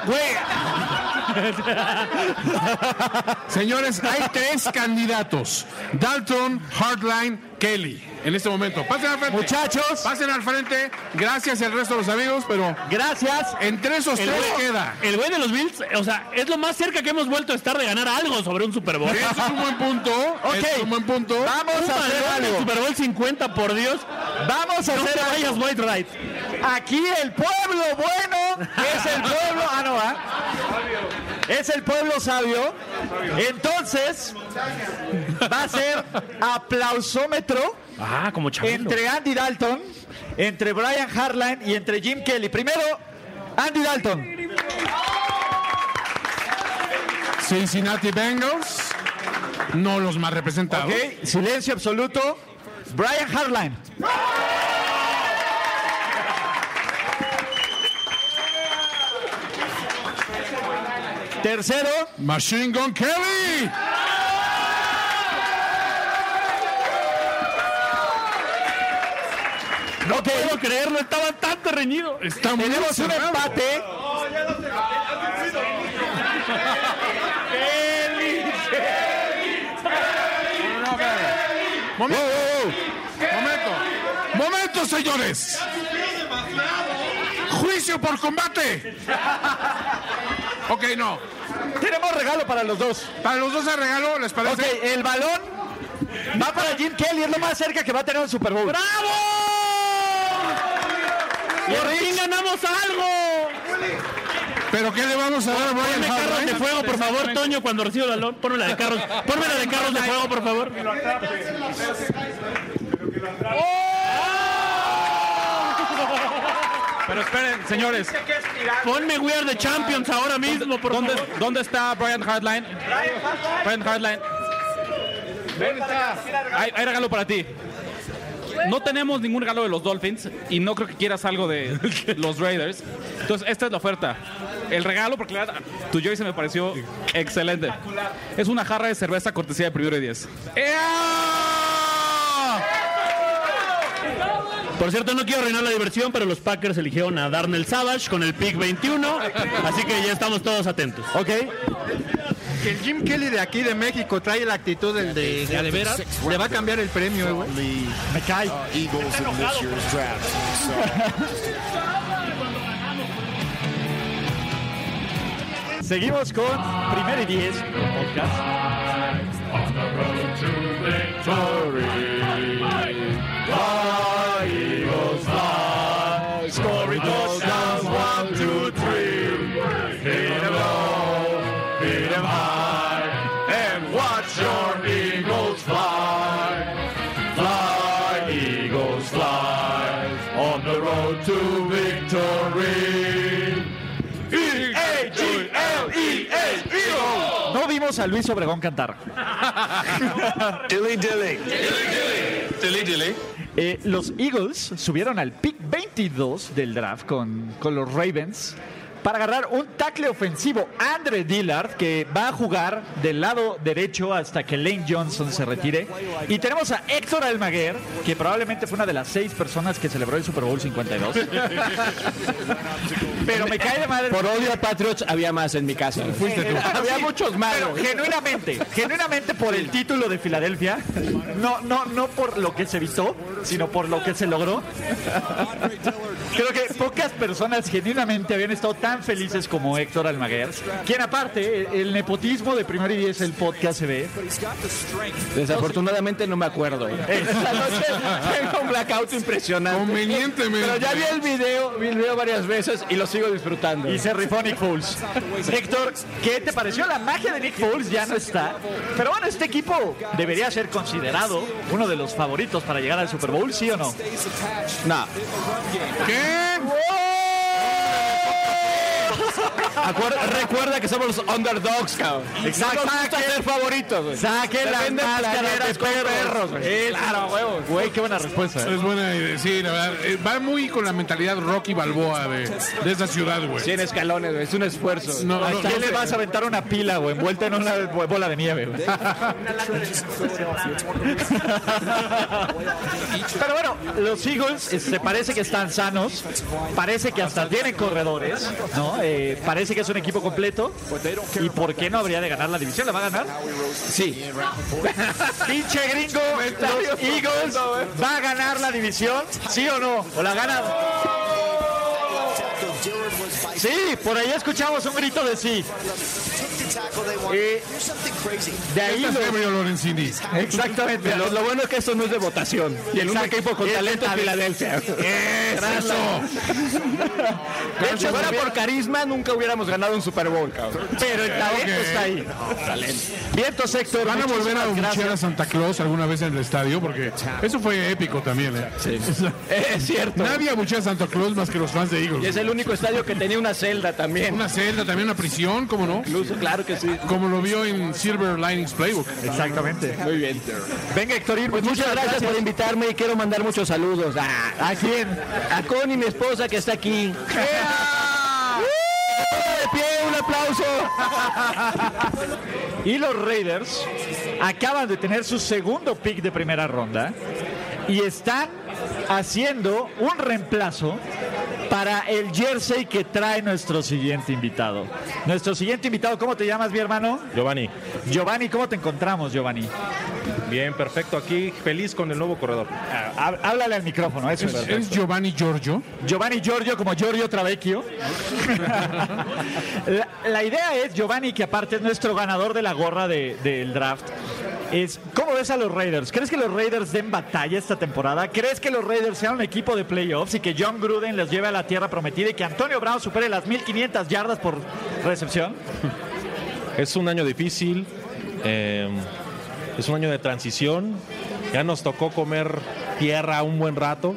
Speaker 3: Señores, hay tres candidatos: Dalton, Hardline, Kelly. En este momento, pasen al frente.
Speaker 2: Muchachos.
Speaker 3: pasen al frente. Gracias al resto de los amigos, pero
Speaker 2: Gracias.
Speaker 3: entre esos
Speaker 5: El
Speaker 3: tres
Speaker 5: güey,
Speaker 3: queda.
Speaker 5: el güey de los Bills, o sea, es lo más cerca que hemos vuelto a estar de ganar algo sobre un Super Bowl.
Speaker 3: Eso es un buen punto.
Speaker 2: Ok.
Speaker 3: eso Es un buen punto.
Speaker 2: Vamos
Speaker 5: Un
Speaker 2: a hacer
Speaker 5: balón del
Speaker 2: algo.
Speaker 5: Super Bowl 50, por Dios.
Speaker 2: Vamos a
Speaker 5: No
Speaker 2: hacer
Speaker 5: te
Speaker 2: algo.
Speaker 5: vayas, White Right.
Speaker 2: Aquí el pueblo bueno es el pueblo. Ah, no, ¿ah? Es el pueblo sabio. Entonces, va a ser aplausómetro
Speaker 5: Ah, como Chabelo.
Speaker 2: entre Andy Dalton, entre Brian Harlan y entre Jim Kelly. Primero, Andy Dalton.
Speaker 3: Cincinnati Bengals. No los más representados.
Speaker 2: Ok, silencio absoluto. Brian Harlan. Tercero,
Speaker 3: Machine Gun Kelly.
Speaker 2: No puedo creerlo, está bastante reñido. Tenemos un empate.
Speaker 3: Momento. Momento. Momento, señores. Juicio por combate. Ok, no.
Speaker 2: Tenemos regalo para los dos.
Speaker 3: Para los dos hay regalo, ¿les parece?
Speaker 2: Ok, el balón va para Jim Kelly, es lo más cerca que va a tener el Super Bowl. ¡Bravo!
Speaker 5: ¡Por fin ganamos algo!
Speaker 3: ¿Pero qué le vamos a dar a
Speaker 5: Ponme
Speaker 3: Brian eh?
Speaker 5: carros
Speaker 3: Hardline?
Speaker 5: de fuego, por favor, Toño, cuando reciba el balón. Ponme la de carros. Ponme la de carros de fuego, por favor.
Speaker 6: Pero esperen, señores.
Speaker 5: Ponme We Are the Champions ahora mismo, por
Speaker 6: ¿Dónde,
Speaker 5: favor.
Speaker 6: ¿Dónde está Brian Hardline? Brian Hardline. Hay, hay regalo para ti. No tenemos ningún regalo de los Dolphins y no creo que quieras algo de los Raiders. Entonces, esta es la oferta. El regalo, porque la verdad, tu Joyce me pareció excelente. Es una jarra de cerveza cortesía de Primero y Diez.
Speaker 5: Por cierto, no quiero arruinar la diversión, pero los Packers eligieron a Darnell Savage con el pick 21. Así que ya estamos todos atentos.
Speaker 2: Ok.
Speaker 8: Que el Jim Kelly de aquí de México trae la actitud del de, de, de veras, le va a cambiar el premio, eh, güey. Me cae.
Speaker 2: Seguimos con Primero y Diez
Speaker 22: On the road to victory.
Speaker 2: No vimos a Luis Obregón cantar.
Speaker 22: dilly dilly.
Speaker 2: Eh, los Eagles subieron al pick 22 del draft con, con los Ravens para agarrar un tackle ofensivo, Andre Dillard, que va a jugar del lado derecho hasta que Lane Johnson se retire. Y tenemos a Héctor Almaguer, que probablemente fue una de las seis personas que celebró el Super Bowl 52. Pero me cae de madre.
Speaker 1: Por odio a Patriots había más en mi casa.
Speaker 2: Había muchos malos. Pero genuinamente, genuinamente por el título de Filadelfia, no, no, no por lo que se evitó, sino por lo que se logró. Creo que pocas personas genuinamente habían estado tan felices como Héctor Almaguer, quien aparte, el nepotismo de Primero y Diez, el podcast se ve.
Speaker 1: Desafortunadamente no me acuerdo.
Speaker 2: Eh,
Speaker 1: Esta noche tengo un blackout impresionante.
Speaker 3: Convenientemente.
Speaker 1: Pero ya vi el video, vi el video varias veces y lo sigo disfrutando.
Speaker 2: Y se rifó Nick Foles. Héctor, ¿qué te pareció? La magia de Nick Foles ya no está. Pero bueno, este equipo debería ser considerado uno de los favoritos para llegar al Super Bowl, ¿sí o no?
Speaker 1: No.
Speaker 3: ¿Qué?
Speaker 1: Acuer- recuerda que somos los underdogs, cabrón.
Speaker 2: Exacto.
Speaker 1: No nos gusta ser favoritos, güey.
Speaker 2: Saque la
Speaker 1: Depende de
Speaker 2: máscara
Speaker 1: playeras
Speaker 2: de
Speaker 1: con
Speaker 2: perros, güey.
Speaker 1: Eh,
Speaker 2: Claro, huevo. Güey, qué buena respuesta.
Speaker 3: Es buena, eh, sí, la verdad. eh, Va muy con la mentalidad Rocky Balboa de, de esa ciudad, güey.
Speaker 1: 100 escalones, güey. Es un esfuerzo. güey.
Speaker 3: No,
Speaker 2: ¿A
Speaker 3: no,
Speaker 2: quién
Speaker 3: no
Speaker 2: le
Speaker 3: sé.
Speaker 2: vas a aventar una pila, güey, envuelta en una bola de nieve, güey? Pero bueno, los Eagles eh, se parece que están sanos, parece que hasta tienen corredores, ¿no? Eh, parece que es un equipo completo. ¿Y por qué no habría de ganar la división? ¿La va a ganar? Sí. Pinche gringo, los Eagles va a ganar la división, ¿sí o no? ¿O la gana? Sí, por ahí escuchamos un grito de sí. Eh, de ahí
Speaker 3: Este
Speaker 2: los-
Speaker 3: es Emilio Lorenzini.
Speaker 2: Exactamente.
Speaker 1: Lo, lo bueno es que esto no es de votación. Y en un
Speaker 2: Exacto.
Speaker 1: equipo con
Speaker 2: Es
Speaker 1: talento es
Speaker 2: talento.
Speaker 1: Filadelfia.
Speaker 2: Es eso.
Speaker 1: De hecho, si fuera por carisma, nunca hubiéramos ganado un Super Bowl, cabrón.
Speaker 2: Pero el talento está ahí. Vientos, Héctor.
Speaker 3: ¿Van a
Speaker 2: muchísimas
Speaker 3: volver a abuchear
Speaker 2: gracias.
Speaker 3: a Santa Claus alguna vez en el estadio? Porque eso fue épico también, ¿eh?
Speaker 1: Es cierto.
Speaker 3: Nadie abuchea a Santa Claus más que los fans de
Speaker 1: Y
Speaker 3: Eagles.
Speaker 1: es el único estadio que tenía una celda también.
Speaker 3: Una celda, también una prisión, ¿cómo no?
Speaker 1: Incluso, claro que sí.
Speaker 3: Como lo vio en Silver Linings Playbook.
Speaker 2: Exactamente.
Speaker 1: Muy bien.
Speaker 2: Venga, Héctor, Ir,
Speaker 1: Pues muchas gracias, por invitarme y quiero mandar muchos saludos. ¿A,
Speaker 2: quién?
Speaker 3: Ah.
Speaker 1: A Connie, mi esposa, que está aquí.
Speaker 2: de pie, un aplauso. y los Raiders acaban de tener su segundo pick de primera ronda y están haciendo un reemplazo para el jersey que trae nuestro siguiente invitado. Nuestro siguiente invitado, ¿cómo te llamas, mi hermano?
Speaker 1: Giovanni.
Speaker 2: Giovanni, ¿cómo te encontramos, Giovanni?
Speaker 1: Bien, perfecto. Aquí feliz con el nuevo corredor.
Speaker 2: Ah, hab- Háblale al micrófono, eso
Speaker 1: ¿Es-
Speaker 2: es.
Speaker 1: es
Speaker 2: Giovanni Giorgio? Giovanni Giorgio, como Giorgio Travecchio. la, la idea es, Giovanni, que aparte es nuestro ganador de la gorra de- del draft, es ¿cómo ves a los Raiders? ¿Crees que los Raiders den batalla esta temporada? ¿Crees que los Raiders sean un equipo de playoffs y que John Gruden los lleve a la tierra prometida y que Antonio Brown supere las 1500 yardas por recepción?
Speaker 1: Es un año difícil, eh, es un año de transición. Ya nos tocó comer tierra un buen rato,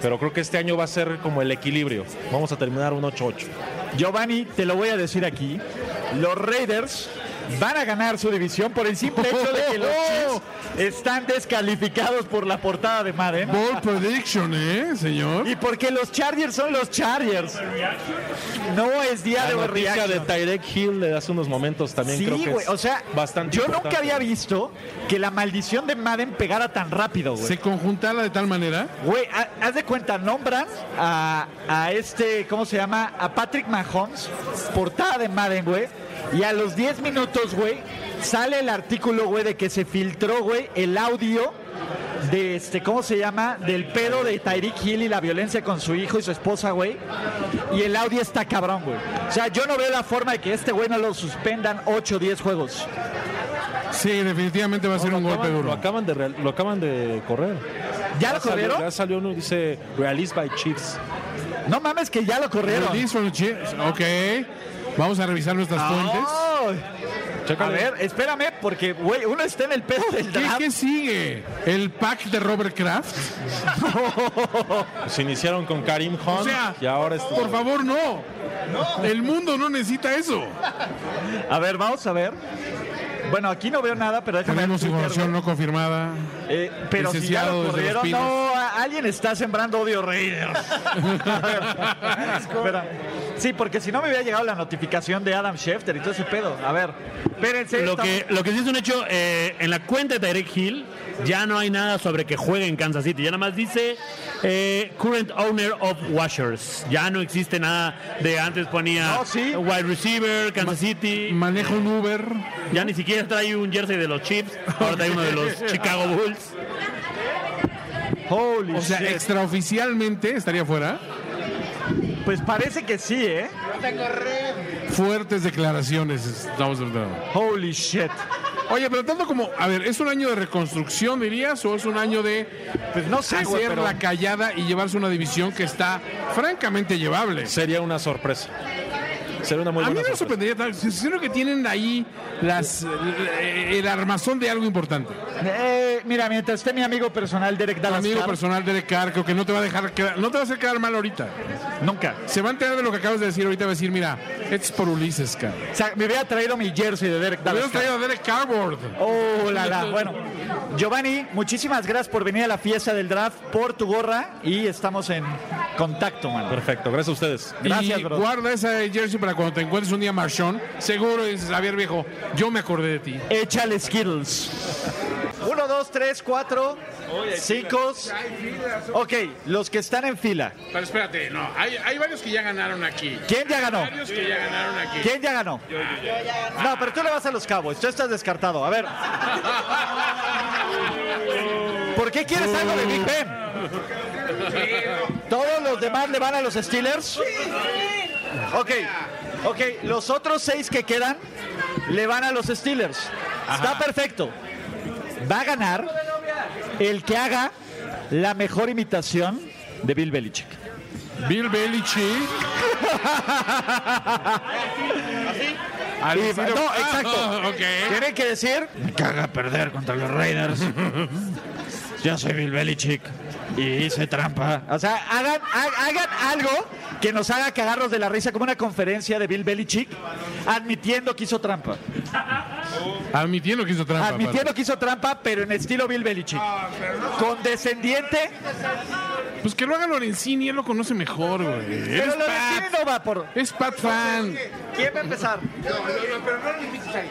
Speaker 1: pero creo que este año va a ser como el equilibrio. Vamos a terminar un 8-8.
Speaker 2: Giovanni, te lo voy a decir aquí. Los Raiders van a ganar su división por el simple hecho de que los Chiefs están descalificados por la portada de Madden. Bold prediction, ¿eh, señor? Y porque los Chargers son los Chargers. No es día de
Speaker 1: La noticia
Speaker 2: overreaction.
Speaker 1: de Tyrek Hill de hace unos momentos también
Speaker 2: Sí,
Speaker 1: creo que
Speaker 2: güey,
Speaker 1: es
Speaker 2: o sea,
Speaker 1: bastante
Speaker 2: yo
Speaker 1: importante.
Speaker 2: nunca había visto que la maldición de Madden pegara tan rápido, güey.
Speaker 3: Se conjuntara de tal manera.
Speaker 2: Güey, ha- haz de cuenta, nombran a, a este, ¿cómo se llama? A Patrick Mahomes, portada de Madden, güey. Y a los 10 minutos, güey, sale el artículo, güey, de que se filtró, güey, el audio de este, ¿cómo se llama? Del pedo de Tyreek Hill y la violencia con su hijo y su esposa, güey. Y el audio está cabrón, güey. O sea, yo no veo la forma de que este güey no lo suspendan 8 o 10 juegos.
Speaker 3: Sí, definitivamente va a ser un golpe
Speaker 1: acaban-
Speaker 3: duro.
Speaker 1: Lo acaban de, real- lo acaban de correr.
Speaker 2: ¿Ya lo
Speaker 1: salió-
Speaker 2: corrieron?
Speaker 1: Ya salió uno, dice Released by Chiefs.
Speaker 2: No mames que ya lo corrieron.
Speaker 3: Release from the Chiefs. Ok. Vamos a revisar nuestras fuentes.
Speaker 2: A ver, espérame, porque, güey, uno está en el pedo del
Speaker 3: ¿Qué,
Speaker 2: draft.
Speaker 3: qué sigue? ¿El pack de Robert Kraft?
Speaker 1: Pues iniciaron con Karim Hunt
Speaker 3: O sea,
Speaker 1: y ahora es
Speaker 3: Por favor, no. El mundo no necesita eso.
Speaker 2: A ver, vamos a ver. Bueno, aquí no veo nada, pero déjame
Speaker 3: Tenemos
Speaker 2: ver Twitter,
Speaker 3: información no confirmada.
Speaker 2: güey. Eh, pero si ya
Speaker 3: Licenciado
Speaker 2: lo
Speaker 3: desde Los
Speaker 2: corrieron,
Speaker 3: Pinos.
Speaker 2: no, a- alguien está sembrando odio Raiders. A ver, espera. Sí, porque si no me hubiera llegado la notificación de Adam Schefter y todo ese pedo. A ver, espérense.
Speaker 5: Lo
Speaker 2: estamos-
Speaker 5: que, lo que sí es un hecho, eh, en la cuenta de Tyreek Hill ya no hay nada sobre que juegue en Kansas City. Ya nada más dice eh, current owner of washers. Ya no existe nada de antes ponía wide receiver, Kansas City.
Speaker 3: Manejo un Uber.
Speaker 5: Ya ni siquiera trae un jersey de los Chiefs. Ahora trae uno de los Chicago Bulls.
Speaker 2: Holy
Speaker 3: o sea,
Speaker 2: shit.
Speaker 3: extraoficialmente estaría fuera.
Speaker 2: Pues parece que sí, ¿eh?
Speaker 3: Fuertes declaraciones estamos entrando.
Speaker 2: Holy shit.
Speaker 3: Oye, pero tanto como, a ver, ¿es un año de reconstrucción, dirías, o es un año de
Speaker 2: pues no sé,
Speaker 3: hacer
Speaker 2: güey, pero-
Speaker 3: la callada y llevarse una división que está francamente llevable?
Speaker 1: Sería una sorpresa. Sería una muy
Speaker 3: a mí
Speaker 1: buena
Speaker 3: me
Speaker 1: sorpresa.
Speaker 3: sorprendería tanto. Creo que tienen ahí las, eh, el armazón de algo importante.
Speaker 2: Eh, mira, mientras esté mi amigo personal, Derek Dallas.
Speaker 3: amigo
Speaker 2: Carr.
Speaker 3: personal de Carr, creo que no te va a dejar quedar- no te va a hacer quedar mal ahorita.
Speaker 2: Nunca.
Speaker 3: Se va a enterar de lo que acabas de decir ahorita, va a decir, mira, esto es por Ulises, Carr.
Speaker 2: O sea, me hubiera traído mi jersey de Derek Dallas.
Speaker 3: Hubieras traído a Derek Cardboard.
Speaker 2: Oh, la, la. Bueno, Giovanni, muchísimas gracias por venir a la fiesta del draft, por tu gorra y estamos en contacto, man.
Speaker 1: Perfecto, gracias a ustedes.
Speaker 2: Gracias,
Speaker 3: y
Speaker 2: bro.
Speaker 3: guarda esa jersey para cuando te encuentres un día marchón. Seguro dices, a ver, viejo, yo me acordé de ti.
Speaker 2: Échale Skittles. 1, 2, 3, 4, 5. Ok, los que están en fila.
Speaker 3: Pero espérate, no, hay, hay varios que ya ganaron aquí.
Speaker 2: ¿Quién ya ganó?
Speaker 3: Varios que ya ganaron aquí.
Speaker 2: ¿Quién ya ganó? No, pero tú le vas a los Cowboys, tú estás descartado. A ver. ¿Por qué quieres algo de Big Ben? ¿Todos los demás le van a los Steelers? Ok, ok, los otros seis que quedan le van a los Steelers. Está perfecto. Va a ganar el que haga la mejor imitación de Bill Belichick.
Speaker 3: Bill Belichick.
Speaker 2: Y- no, exacto.
Speaker 3: Ah, ok.
Speaker 2: Tienen que decir, me caga perder contra los Raiders. Yo soy Bill Belichick y hice trampa. O sea, hagan, ha- hagan algo que nos haga cagarnos de la risa, como una conferencia de Bill Belichick admitiendo que hizo trampa.
Speaker 3: Admitiendo que hizo trampa.
Speaker 2: admitiendo
Speaker 3: aparte.
Speaker 2: que hizo trampa, pero en estilo Bill Belichick. Condescendiente,
Speaker 3: Pues que lo haga Lorenzini, él lo conoce mejor, güey. Él
Speaker 2: Pero
Speaker 3: es
Speaker 2: Lorenzini
Speaker 3: Pat.
Speaker 2: no va por.
Speaker 3: Es Pat fan.
Speaker 2: ¿Quién va a empezar?
Speaker 23: pero no lo limites ahí.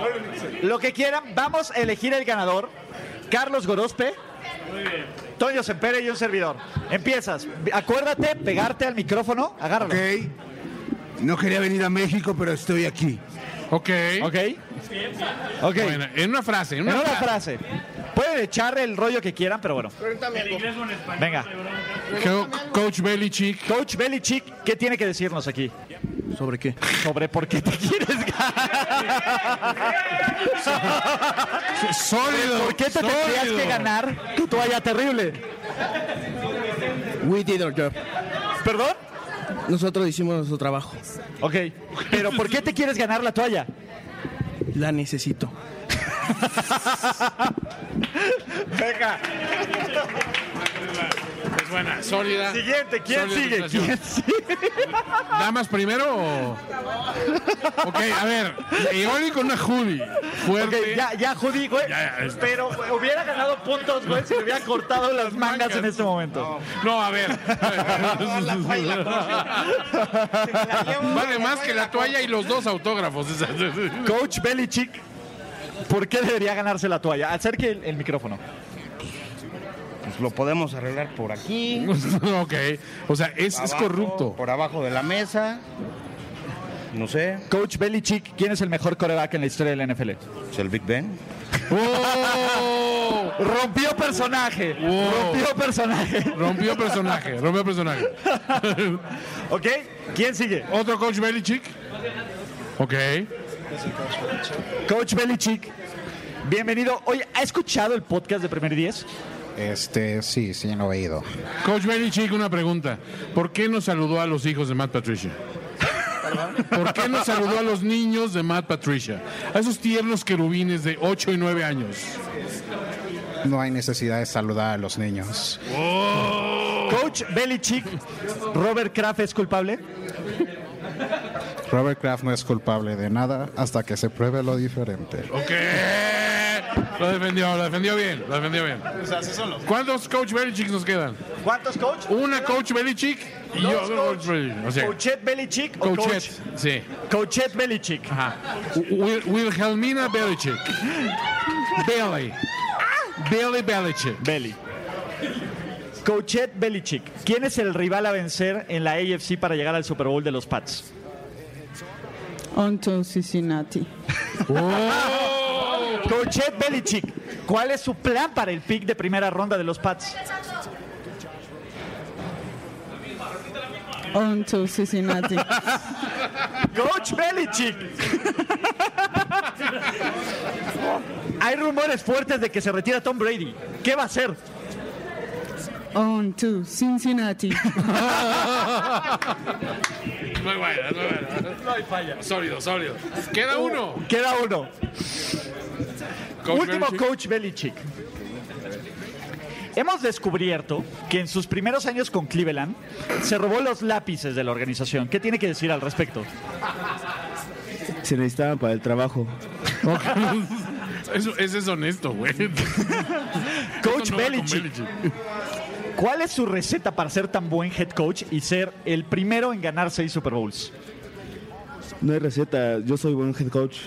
Speaker 23: No lo limites ahí.
Speaker 2: Lo que quieran, vamos a elegir el ganador. Carlos Gorospe. Toño Sempere y un servidor. Empiezas. Acuérdate, pegarte al micrófono. Agárralo.
Speaker 24: No quería venir a México, pero estoy aquí.
Speaker 3: Ok.
Speaker 2: Ok. Ok.
Speaker 3: Bueno, en una frase, en
Speaker 2: En
Speaker 3: una
Speaker 2: una
Speaker 3: frase.
Speaker 2: frase. Pueden echar el rollo que quieran, pero bueno. Venga.
Speaker 3: Coach Belichick.
Speaker 2: Coach Belichick, ¿qué tiene que decirnos aquí?
Speaker 1: ¿Sobre qué?
Speaker 2: Sobre por qué te quieres ganar.
Speaker 1: Sólido,
Speaker 2: ¿Por qué te
Speaker 1: sólido.
Speaker 2: tendrías que ganar tu toalla terrible?
Speaker 1: We did our job.
Speaker 2: ¿Perdón?
Speaker 1: Nosotros hicimos nuestro trabajo.
Speaker 2: Ok. Pero ¿por qué te quieres ganar la toalla?
Speaker 1: La necesito.
Speaker 2: Venga.
Speaker 3: Es buena, sólida.
Speaker 2: Siguiente, ¿quién
Speaker 3: Sólida
Speaker 2: sigue?
Speaker 3: ilustración.
Speaker 2: ¿Quién sigue?
Speaker 3: ¿Damas primero o.? Ok, a ver. Eoli con una hoodie. Fuerte.
Speaker 2: Ok, ya, ya, Judy, güey.
Speaker 3: Ya, ya.
Speaker 2: Pero güey, hubiera ganado puntos, güey, si le hubiera cortado las mangas en este momento.
Speaker 3: No, a ver. vale más que la toalla y los dos autógrafos.
Speaker 2: Coach Belichick, ¿por qué debería ganarse la toalla? Acerque el, el micrófono.
Speaker 25: Pues lo podemos arreglar por aquí.
Speaker 3: ok. O sea, es,
Speaker 25: Abajo,
Speaker 3: es corrupto.
Speaker 25: Por abajo de la mesa. No sé.
Speaker 2: Coach Belichick, ¿quién es el mejor coreback en la historia del NFL?
Speaker 25: ¿Es el Big Ben?
Speaker 3: ¡Oh!
Speaker 2: Rompió personaje.
Speaker 3: Wow.
Speaker 2: Rompió personaje.
Speaker 3: Rompió personaje, rompió personaje.
Speaker 2: ¿Ok? ¿Quién sigue?
Speaker 3: Otro coach Belichick. Ok.
Speaker 2: Coach Belichick, bienvenido. Oye, ¿ha escuchado el podcast de Primer 10?
Speaker 6: Este, sí, sí, no he ido.
Speaker 3: Coach Belichick, una pregunta. ¿Por qué no saludó a los hijos de Matt Patricia? ¿Por qué no saludó a los niños de Matt Patricia? A esos tiernos querubines de 8 y 9 años.
Speaker 6: No hay necesidad de saludar a los niños.
Speaker 3: Oh.
Speaker 2: Coach Belichick, Robert Kraft es culpable.
Speaker 6: Robert Kraft no es culpable de nada hasta que se pruebe lo diferente.
Speaker 3: Ok. Lo defendió, lo defendió bien, lo defendió bien. ¿Cuántos coach Belichick nos quedan?
Speaker 2: ¿Cuántos coach?
Speaker 3: Una coach Belichick y
Speaker 2: Dos
Speaker 3: otro coach Belichick. O sea,
Speaker 2: ¿Coachet Belichick o
Speaker 3: coachette,
Speaker 2: coach?
Speaker 3: sí.
Speaker 2: Coachet Belichick.
Speaker 3: Ajá. Wil- Wilhelmina Belichick. Belly. Belly Belichick.
Speaker 2: Belly. Coachet Belichick, ¿quién es el rival a vencer en la AFC para llegar al Super Bowl de los Pats?
Speaker 20: Onto Cincinnati.
Speaker 2: Oh, Coachet Belichick, ¿cuál es su plan para el pick de primera ronda de los Pats?
Speaker 20: Onto Cincinnati.
Speaker 2: Coach Belichick. Hay rumores fuertes de que se retira Tom Brady. ¿Qué va a hacer?
Speaker 20: Onto Cincinnati.
Speaker 3: Muy buena, muy buena. No hay falla. Sólido, sólido. Queda uno.
Speaker 2: Queda uno.
Speaker 3: Coach
Speaker 2: Último
Speaker 3: Belichick.
Speaker 2: coach Belichick. Hemos descubierto que en sus primeros años con Cleveland se robó los lápices de la organización. ¿Qué tiene que decir al respecto?
Speaker 1: Se necesitaban para el trabajo.
Speaker 3: Eso, ese es honesto, güey.
Speaker 2: Coach
Speaker 3: Eso no va con
Speaker 2: Belichick, ¿cuál es su receta para ser tan buen head coach y ser el primero en ganar seis Super Bowls?
Speaker 1: No hay receta. Yo soy buen head coach.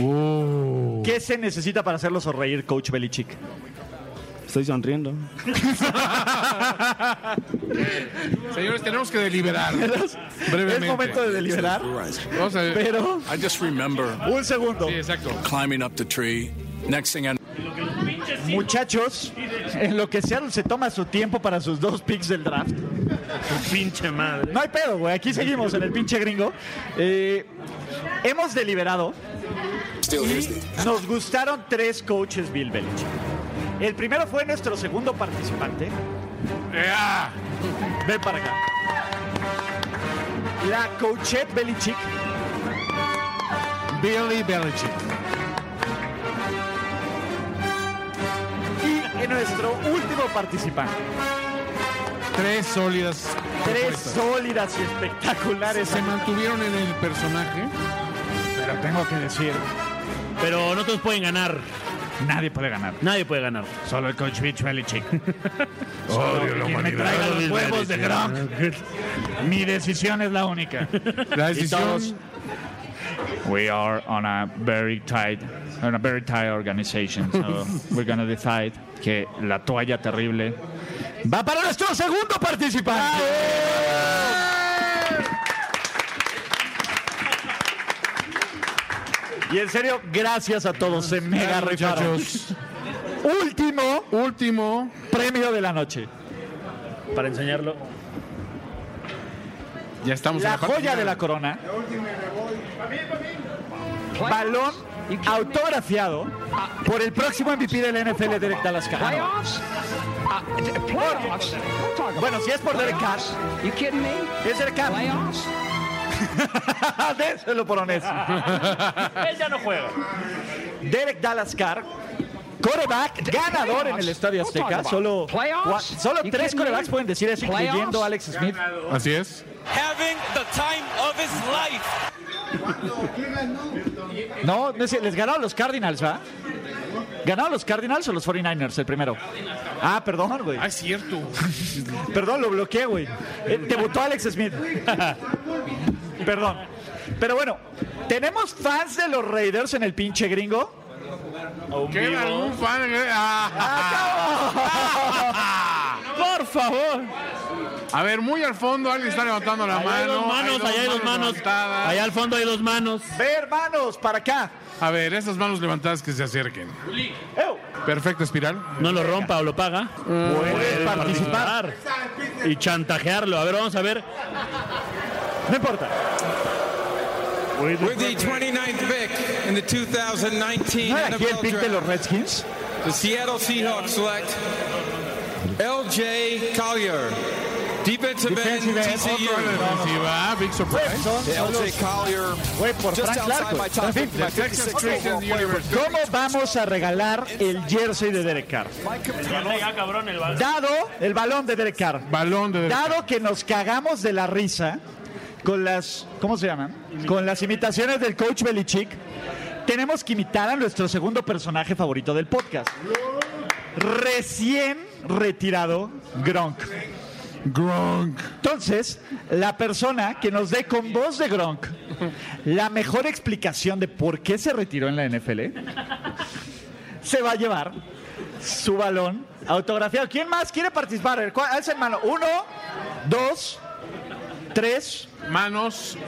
Speaker 3: Oh.
Speaker 2: ¿Qué se necesita para hacerlos sonreír, coach Belichick?
Speaker 1: Estoy sonriendo.
Speaker 3: Señores, tenemos que deliberar.
Speaker 2: Es momento de deliberar.
Speaker 3: Vamos a ver.
Speaker 2: Pero
Speaker 26: I just remember
Speaker 2: un segundo.
Speaker 26: climbing up the tree. Next thing I know,
Speaker 2: Muchachos, en lo que Seattle se toma su tiempo para sus dos picks del draft.
Speaker 5: pinche madre.
Speaker 2: No hay pedo, güey. Aquí seguimos en el pinche gringo. Eh, hemos deliberado. y nos gustaron tres coaches Bill Belichick. El primero fue nuestro segundo participante.
Speaker 3: ¡Ea!
Speaker 2: Ven para acá. La coachette Belichick.
Speaker 3: Billy Belichick.
Speaker 2: Y en nuestro último participante.
Speaker 3: Tres sólidas.
Speaker 2: Tres
Speaker 3: propuestas.
Speaker 2: sólidas y espectaculares.
Speaker 3: Se mantuvieron en el personaje.
Speaker 2: Pero tengo que decir.
Speaker 5: Pero no todos pueden ganar.
Speaker 6: Nadie puede ganar.
Speaker 5: Nadie puede ganar.
Speaker 6: Solo el coach Mitch Belichick.
Speaker 27: Odio la
Speaker 6: quien me
Speaker 27: humanidad.
Speaker 6: traiga los
Speaker 27: Belichick.
Speaker 6: huevos de Gronk. Mi decisión es la única.
Speaker 27: La decisión-
Speaker 6: Y todos- We are on a very tight, on a very tight organization. So we're gonna decide que la toalla terrible va para nuestro segundo participante.
Speaker 2: Y en serio, gracias a todos. Se mega rifaron. Último,
Speaker 3: último
Speaker 2: premio de la noche.
Speaker 5: Para enseñarlo.
Speaker 3: Ya estamos
Speaker 2: la
Speaker 3: en la parte
Speaker 2: joya
Speaker 3: final.
Speaker 2: de la corona. Balón autografiado por el próximo MVP de la NFL Derek Dallas Carr.
Speaker 27: Playoffs?
Speaker 5: Ah,
Speaker 27: Uh,
Speaker 5: eh,
Speaker 27: d- playoffs? Don't talk about
Speaker 2: Bueno, si es por Derek Carr.
Speaker 27: You kidding me?
Speaker 2: Es Derek Carr.
Speaker 27: Playoffs?
Speaker 2: Déselo por honesto.
Speaker 28: Él ya no juega.
Speaker 2: Derek Dallas Carr. Coreback ganador en el Estadio Azteca. Solo, cua- solo tres corebacks pueden decir eso, incluyendo Alex Smith.
Speaker 3: Así es.
Speaker 12: Having the time of his life.
Speaker 2: No, no es- les ganaron los Cardinals, ¿va? ¿Ganaron los Cardinals o los 49ers el primero? Ah, perdón, güey.
Speaker 3: Ah, es cierto.
Speaker 2: Perdón, lo bloqueé, güey. Eh, debutó Alex Smith. perdón. Pero bueno, ¿tenemos fans de los Raiders en el pinche gringo?
Speaker 3: ¿Queda algún fan? eh? Ah.
Speaker 5: Por favor.
Speaker 3: A ver, muy al fondo alguien está levantando la
Speaker 5: Allá hay
Speaker 3: mano.
Speaker 5: dos manos, allá hay dos manos.
Speaker 3: levantadas.
Speaker 5: Allá al fondo hay dos manos.
Speaker 2: Ver manos para acá.
Speaker 3: A ver, esas manos levantadas que se acerquen. Perfecto, espiral.
Speaker 5: No lo rompa o lo paga. Puede
Speaker 3: participar.
Speaker 5: Y chantajearlo. A ver, vamos a ver.
Speaker 2: No importa.
Speaker 12: With the 29th pick in the 2019
Speaker 2: ¿No era aquí el
Speaker 12: NFL
Speaker 2: pick de los
Speaker 12: draft,
Speaker 2: Redskins?
Speaker 12: the Seattle Seahawks select LJ Collier, defensive end, TCU.
Speaker 3: Defensiva, Ah, big surprise.
Speaker 12: LJ Collier,
Speaker 2: Güey, por
Speaker 12: Just
Speaker 2: Frank
Speaker 12: outside
Speaker 2: Clark, güey.
Speaker 12: my top
Speaker 2: En fin,
Speaker 12: 50, my 56
Speaker 3: Christian
Speaker 12: overall player.
Speaker 3: University.
Speaker 2: ¿Cómo vamos a regalar el jersey de Derek Carr?
Speaker 12: Ya,
Speaker 28: cabrón, el balón.
Speaker 2: Dado el balón de Derek Carr.
Speaker 3: Balón de derecha.
Speaker 2: Dado que nos cagamos de la risa con las, ¿cómo se llaman? Con las imitaciones del coach Belichick, tenemos que imitar a nuestro segundo personaje favorito del podcast. Recién retirado Gronk.
Speaker 3: Gronk.
Speaker 2: Entonces, la persona que nos dé con voz de Gronk la mejor explicación de por qué se retiró en la NFL se va a llevar su balón autografiado. ¿Quién más quiere participar? A ver, ¿cuál- Alcen mano. Uno, dos, tres.
Speaker 3: Manos.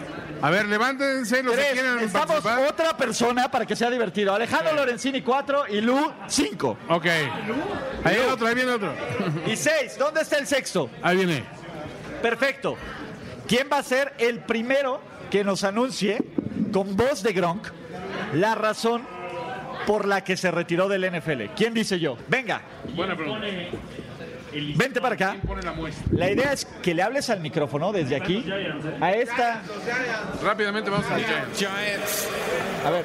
Speaker 3: A ver, levántense los que
Speaker 2: Tres.
Speaker 3: quieran
Speaker 2: Necesitamos
Speaker 3: participar.
Speaker 2: otra persona para que sea divertido. Alejandro Lorenzini, cuatro. Y Lu, cinco.
Speaker 3: Ok. Ahí viene otro, ahí viene otro.
Speaker 2: Y seis. ¿Dónde está el sexto?
Speaker 3: Ahí viene.
Speaker 2: Perfecto. ¿Quién va a ser el primero que nos anuncie con voz de Gronk la razón por la que se retiró del NFL? ¿Quién dice yo? Venga,
Speaker 3: Buena pregunta.
Speaker 2: vente para acá. La idea es que le hables al micrófono desde aquí a esta.
Speaker 3: Rápidamente vamos a ver.
Speaker 12: Giants.
Speaker 2: A ver.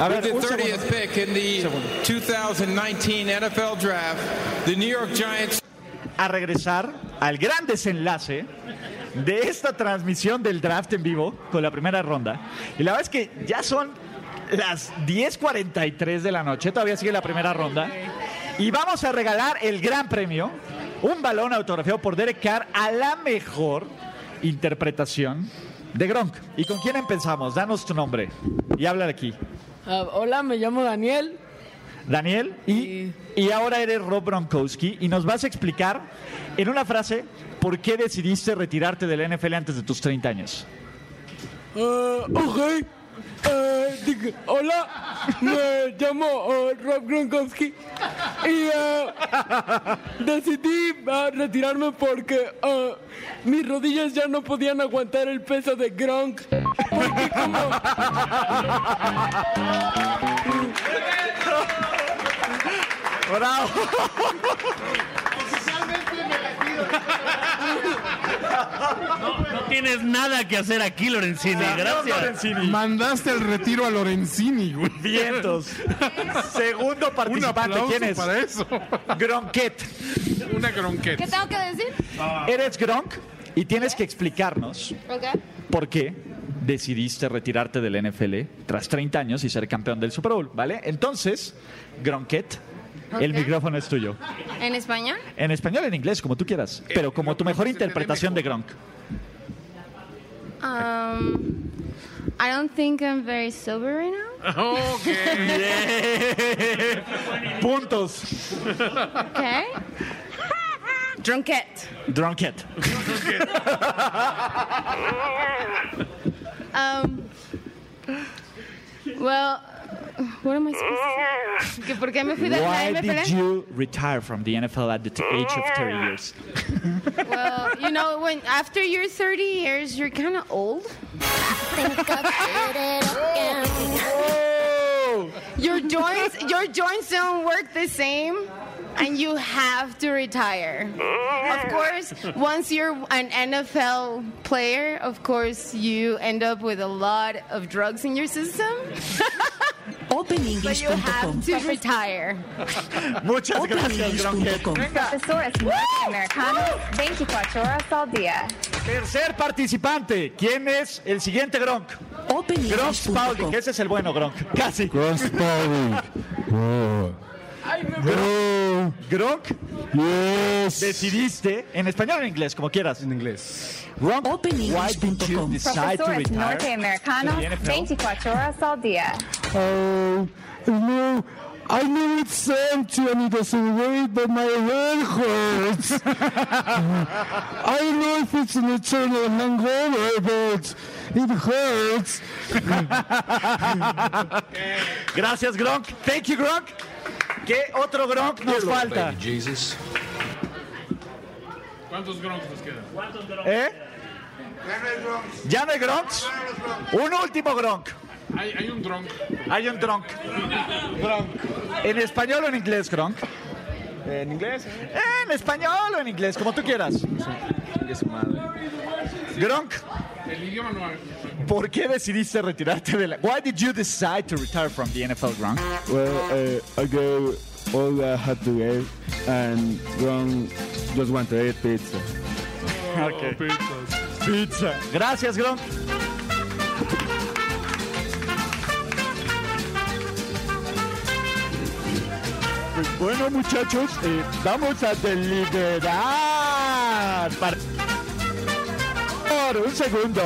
Speaker 2: A ver,
Speaker 12: With
Speaker 2: un
Speaker 12: the 30th
Speaker 2: segundo.
Speaker 12: pick in the 2019 NFL Draft, the New York Giants.
Speaker 2: a regresar al gran desenlace de esta transmisión del draft en vivo con la primera ronda. Y la verdad es que ya son las 10:43 de la noche, todavía sigue la primera ronda. Y vamos a regalar el gran premio, un balón autografiado por Derek Carr a la mejor interpretación de Gronk. ¿Y con quién empezamos? Danos tu nombre y habla de aquí.
Speaker 1: Ah, hola, me llamo Daniel.
Speaker 2: Daniel, y, y ahora eres Rob Gronkowski y nos vas a explicar en una frase por qué decidiste retirarte del NFL antes de tus 30 años.
Speaker 1: Ah, ok. Ah, digo, hola, me llamo ah, Rob Gronkowski y ah, decidí ah, retirarme porque ah, mis rodillas ya no podían aguantar el peso de Gronk. Porque como...
Speaker 2: ¡Bravo!
Speaker 5: No tienes nada que hacer aquí, Lorenzini. Gracias.
Speaker 3: Mandaste el retiro a Lorenzini, güey.
Speaker 2: Vientos. Segundo
Speaker 3: Un
Speaker 2: participante,
Speaker 3: aplauso
Speaker 2: ¿quién es?
Speaker 3: para eso.
Speaker 2: Gronket.
Speaker 3: Una gronqueta.
Speaker 29: ¿Qué tengo que decir?
Speaker 2: Eres Gronk y tienes que explicarnos
Speaker 29: Ok.
Speaker 2: por qué decidiste retirarte del NFL tras 30 años y ser campeón del Super Bowl, ¿vale? Entonces, Gronket, el
Speaker 29: Ok.
Speaker 2: micrófono es tuyo.
Speaker 29: ¿En español?
Speaker 2: En español, en inglés, como tú quieras, pero como tu mejor interpretación de Gronk.
Speaker 29: Um, I don't think I'm very sober right now.
Speaker 3: Ok.
Speaker 2: Puntos.
Speaker 29: Okay. Drunkette.
Speaker 2: Drunket.
Speaker 29: Um, well, what am I supposed to say? ¿Que ¿Por qué me fui de la
Speaker 2: Why did
Speaker 29: NFL?
Speaker 2: you retire from the NFL at the t- age of 30 years?
Speaker 29: Well, you know, when after you're 30 years, you're kind of old. your joints, your joints don't work the same, and you have to retire. Of course, once you're an NFL player, of course you end up with a lot of drugs in your system. But you have to retire.
Speaker 2: Muchas gracias, Gronket.
Speaker 30: Thesaurus, Americano, 24 horas al día.
Speaker 2: Tercer participante. ¿Quién es el siguiente Gronk? Gronk Spalding. Ese es el bueno Gronk. Casi. Gronk Spalding. Gronk. Decidiste, en español o en inglés, como quieras. En inglés. Gronk, why did you decide to
Speaker 30: Profesores
Speaker 2: retire?
Speaker 30: norteamericanos,
Speaker 2: Viene, pero-
Speaker 30: 24 horas al día.
Speaker 1: Oh, no. I know it's empty and it doesn't wait, but my head hurts. I don't know if it's an eternal hangover, but it hurts.
Speaker 2: Gracias, Gronk. Thank you, Gronk. ¿Qué otro Gronk nos falta?
Speaker 20: Jesus.
Speaker 3: ¿Cuántos groncos nos quedan? ¿Cuántos groncos?
Speaker 2: ¿Eh? ¿Ya no hay Gronks? Un último Gronk.
Speaker 3: Hay, hay un dronk.
Speaker 2: Hay un Gronk. ¿En español o en inglés, Gronk?
Speaker 31: En inglés.
Speaker 32: ¿eh?
Speaker 2: En español o en inglés, como tú quieras. Gronk,
Speaker 3: El idioma no hay.
Speaker 2: ¿por qué decidiste retirarte de la Why did you decide to retire from the NFL, Gronk?
Speaker 32: Well, uh, I gave all I had to give, and Ron just want to eat pizza.
Speaker 2: Ok. Pizza. Gracias, Gronk.
Speaker 31: Pues bueno, muchachos, eh, vamos a deliberar. Par- Por un segundo.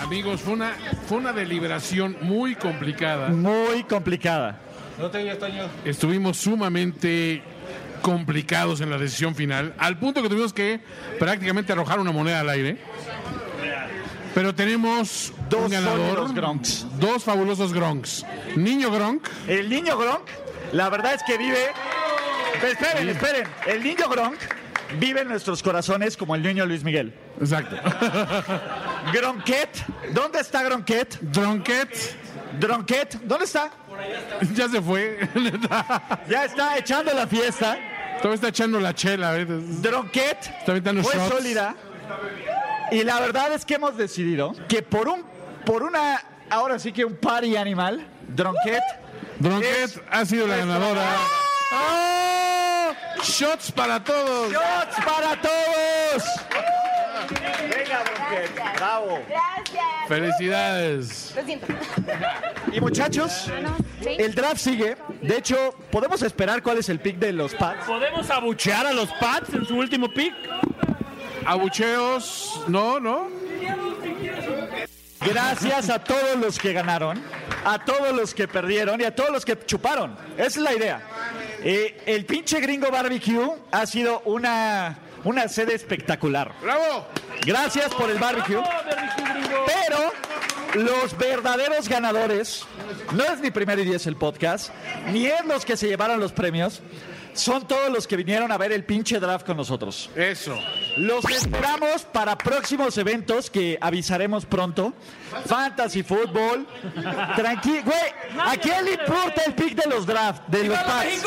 Speaker 3: Amigos, fue una, fue una deliberación muy complicada.
Speaker 2: Muy complicada.
Speaker 3: No te digas, Estuvimos sumamente complicados en la decisión final, al punto que tuvimos que prácticamente arrojar una moneda al aire. Pero tenemos
Speaker 2: Dos
Speaker 3: un ganador,
Speaker 2: sólidos Gronks.
Speaker 3: dos fabulosos Gronks. Niño Gronk.
Speaker 2: El niño Gronk, la verdad es que vive. Esperen, esperen. El niño Gronk vive en nuestros corazones como el niño Luis Miguel.
Speaker 3: Exacto.
Speaker 2: Gronket, ¿dónde está Gronket?
Speaker 3: Gronket.
Speaker 2: Gronket, ¿dónde está?
Speaker 3: Ya se fue.
Speaker 2: ya está echando la fiesta.
Speaker 3: Todavía está echando la chela. ¿eh?
Speaker 2: Gronket
Speaker 3: Está aventando
Speaker 2: fue
Speaker 3: shots.
Speaker 2: sólida. Y la verdad es que hemos decidido que por un, por una, ahora sí que un party animal, Dronket.
Speaker 3: Dronket ha sido la ganadora.
Speaker 31: ¡Oh!
Speaker 3: Shots para todos.
Speaker 2: Shots para todos. Venga, Dronket, bravo.
Speaker 3: Felicidades.
Speaker 30: Lo siento.
Speaker 2: Y muchachos, el draft sigue. De hecho, podemos esperar cuál es el pick de los Pats.
Speaker 33: ¿Podemos abuchear a los Pats en su último pick?
Speaker 3: Abucheos, no, no.
Speaker 2: Gracias a todos los que ganaron, a todos los que perdieron y a todos los que chuparon. Esa es la idea. Eh, el pinche gringo barbecue ha sido una, una sede espectacular.
Speaker 3: ¡Bravo!
Speaker 2: Gracias por el barbecue. Pero los verdaderos ganadores, no es mi primer y diez el podcast, ni es los que se llevaron los premios, son todos los que vinieron a ver el pinche draft con nosotros.
Speaker 3: Eso.
Speaker 2: Los esperamos para próximos eventos que avisaremos pronto. Fantasy Football. Tranquilo, güey. ¿A quién le importa el pick de los draft? De los packs.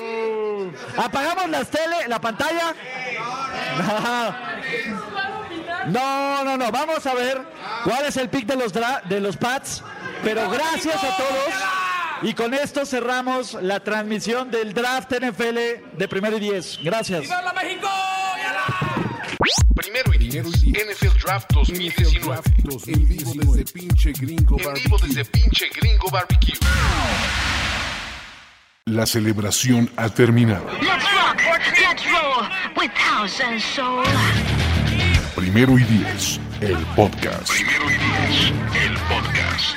Speaker 2: Mm. ¿Apagamos las tele, la pantalla? No, no, no. Vamos a ver cuál es el pick de los, dra- de los Pats. Pero gracias a todos. Y con esto cerramos la transmisión del draft NFL de primero y diez. Gracias.
Speaker 30: México!
Speaker 34: Primero y diez. NFL Draft 2019.
Speaker 3: En vivo desde pinche gringo
Speaker 34: En vivo desde pinche gringo barbecue.
Speaker 3: La celebración ha terminado.
Speaker 35: Let's rock, let's roll with house and soul.
Speaker 3: Primero y diez. El podcast.
Speaker 34: Primero y diez. El podcast.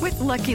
Speaker 11: With Lucky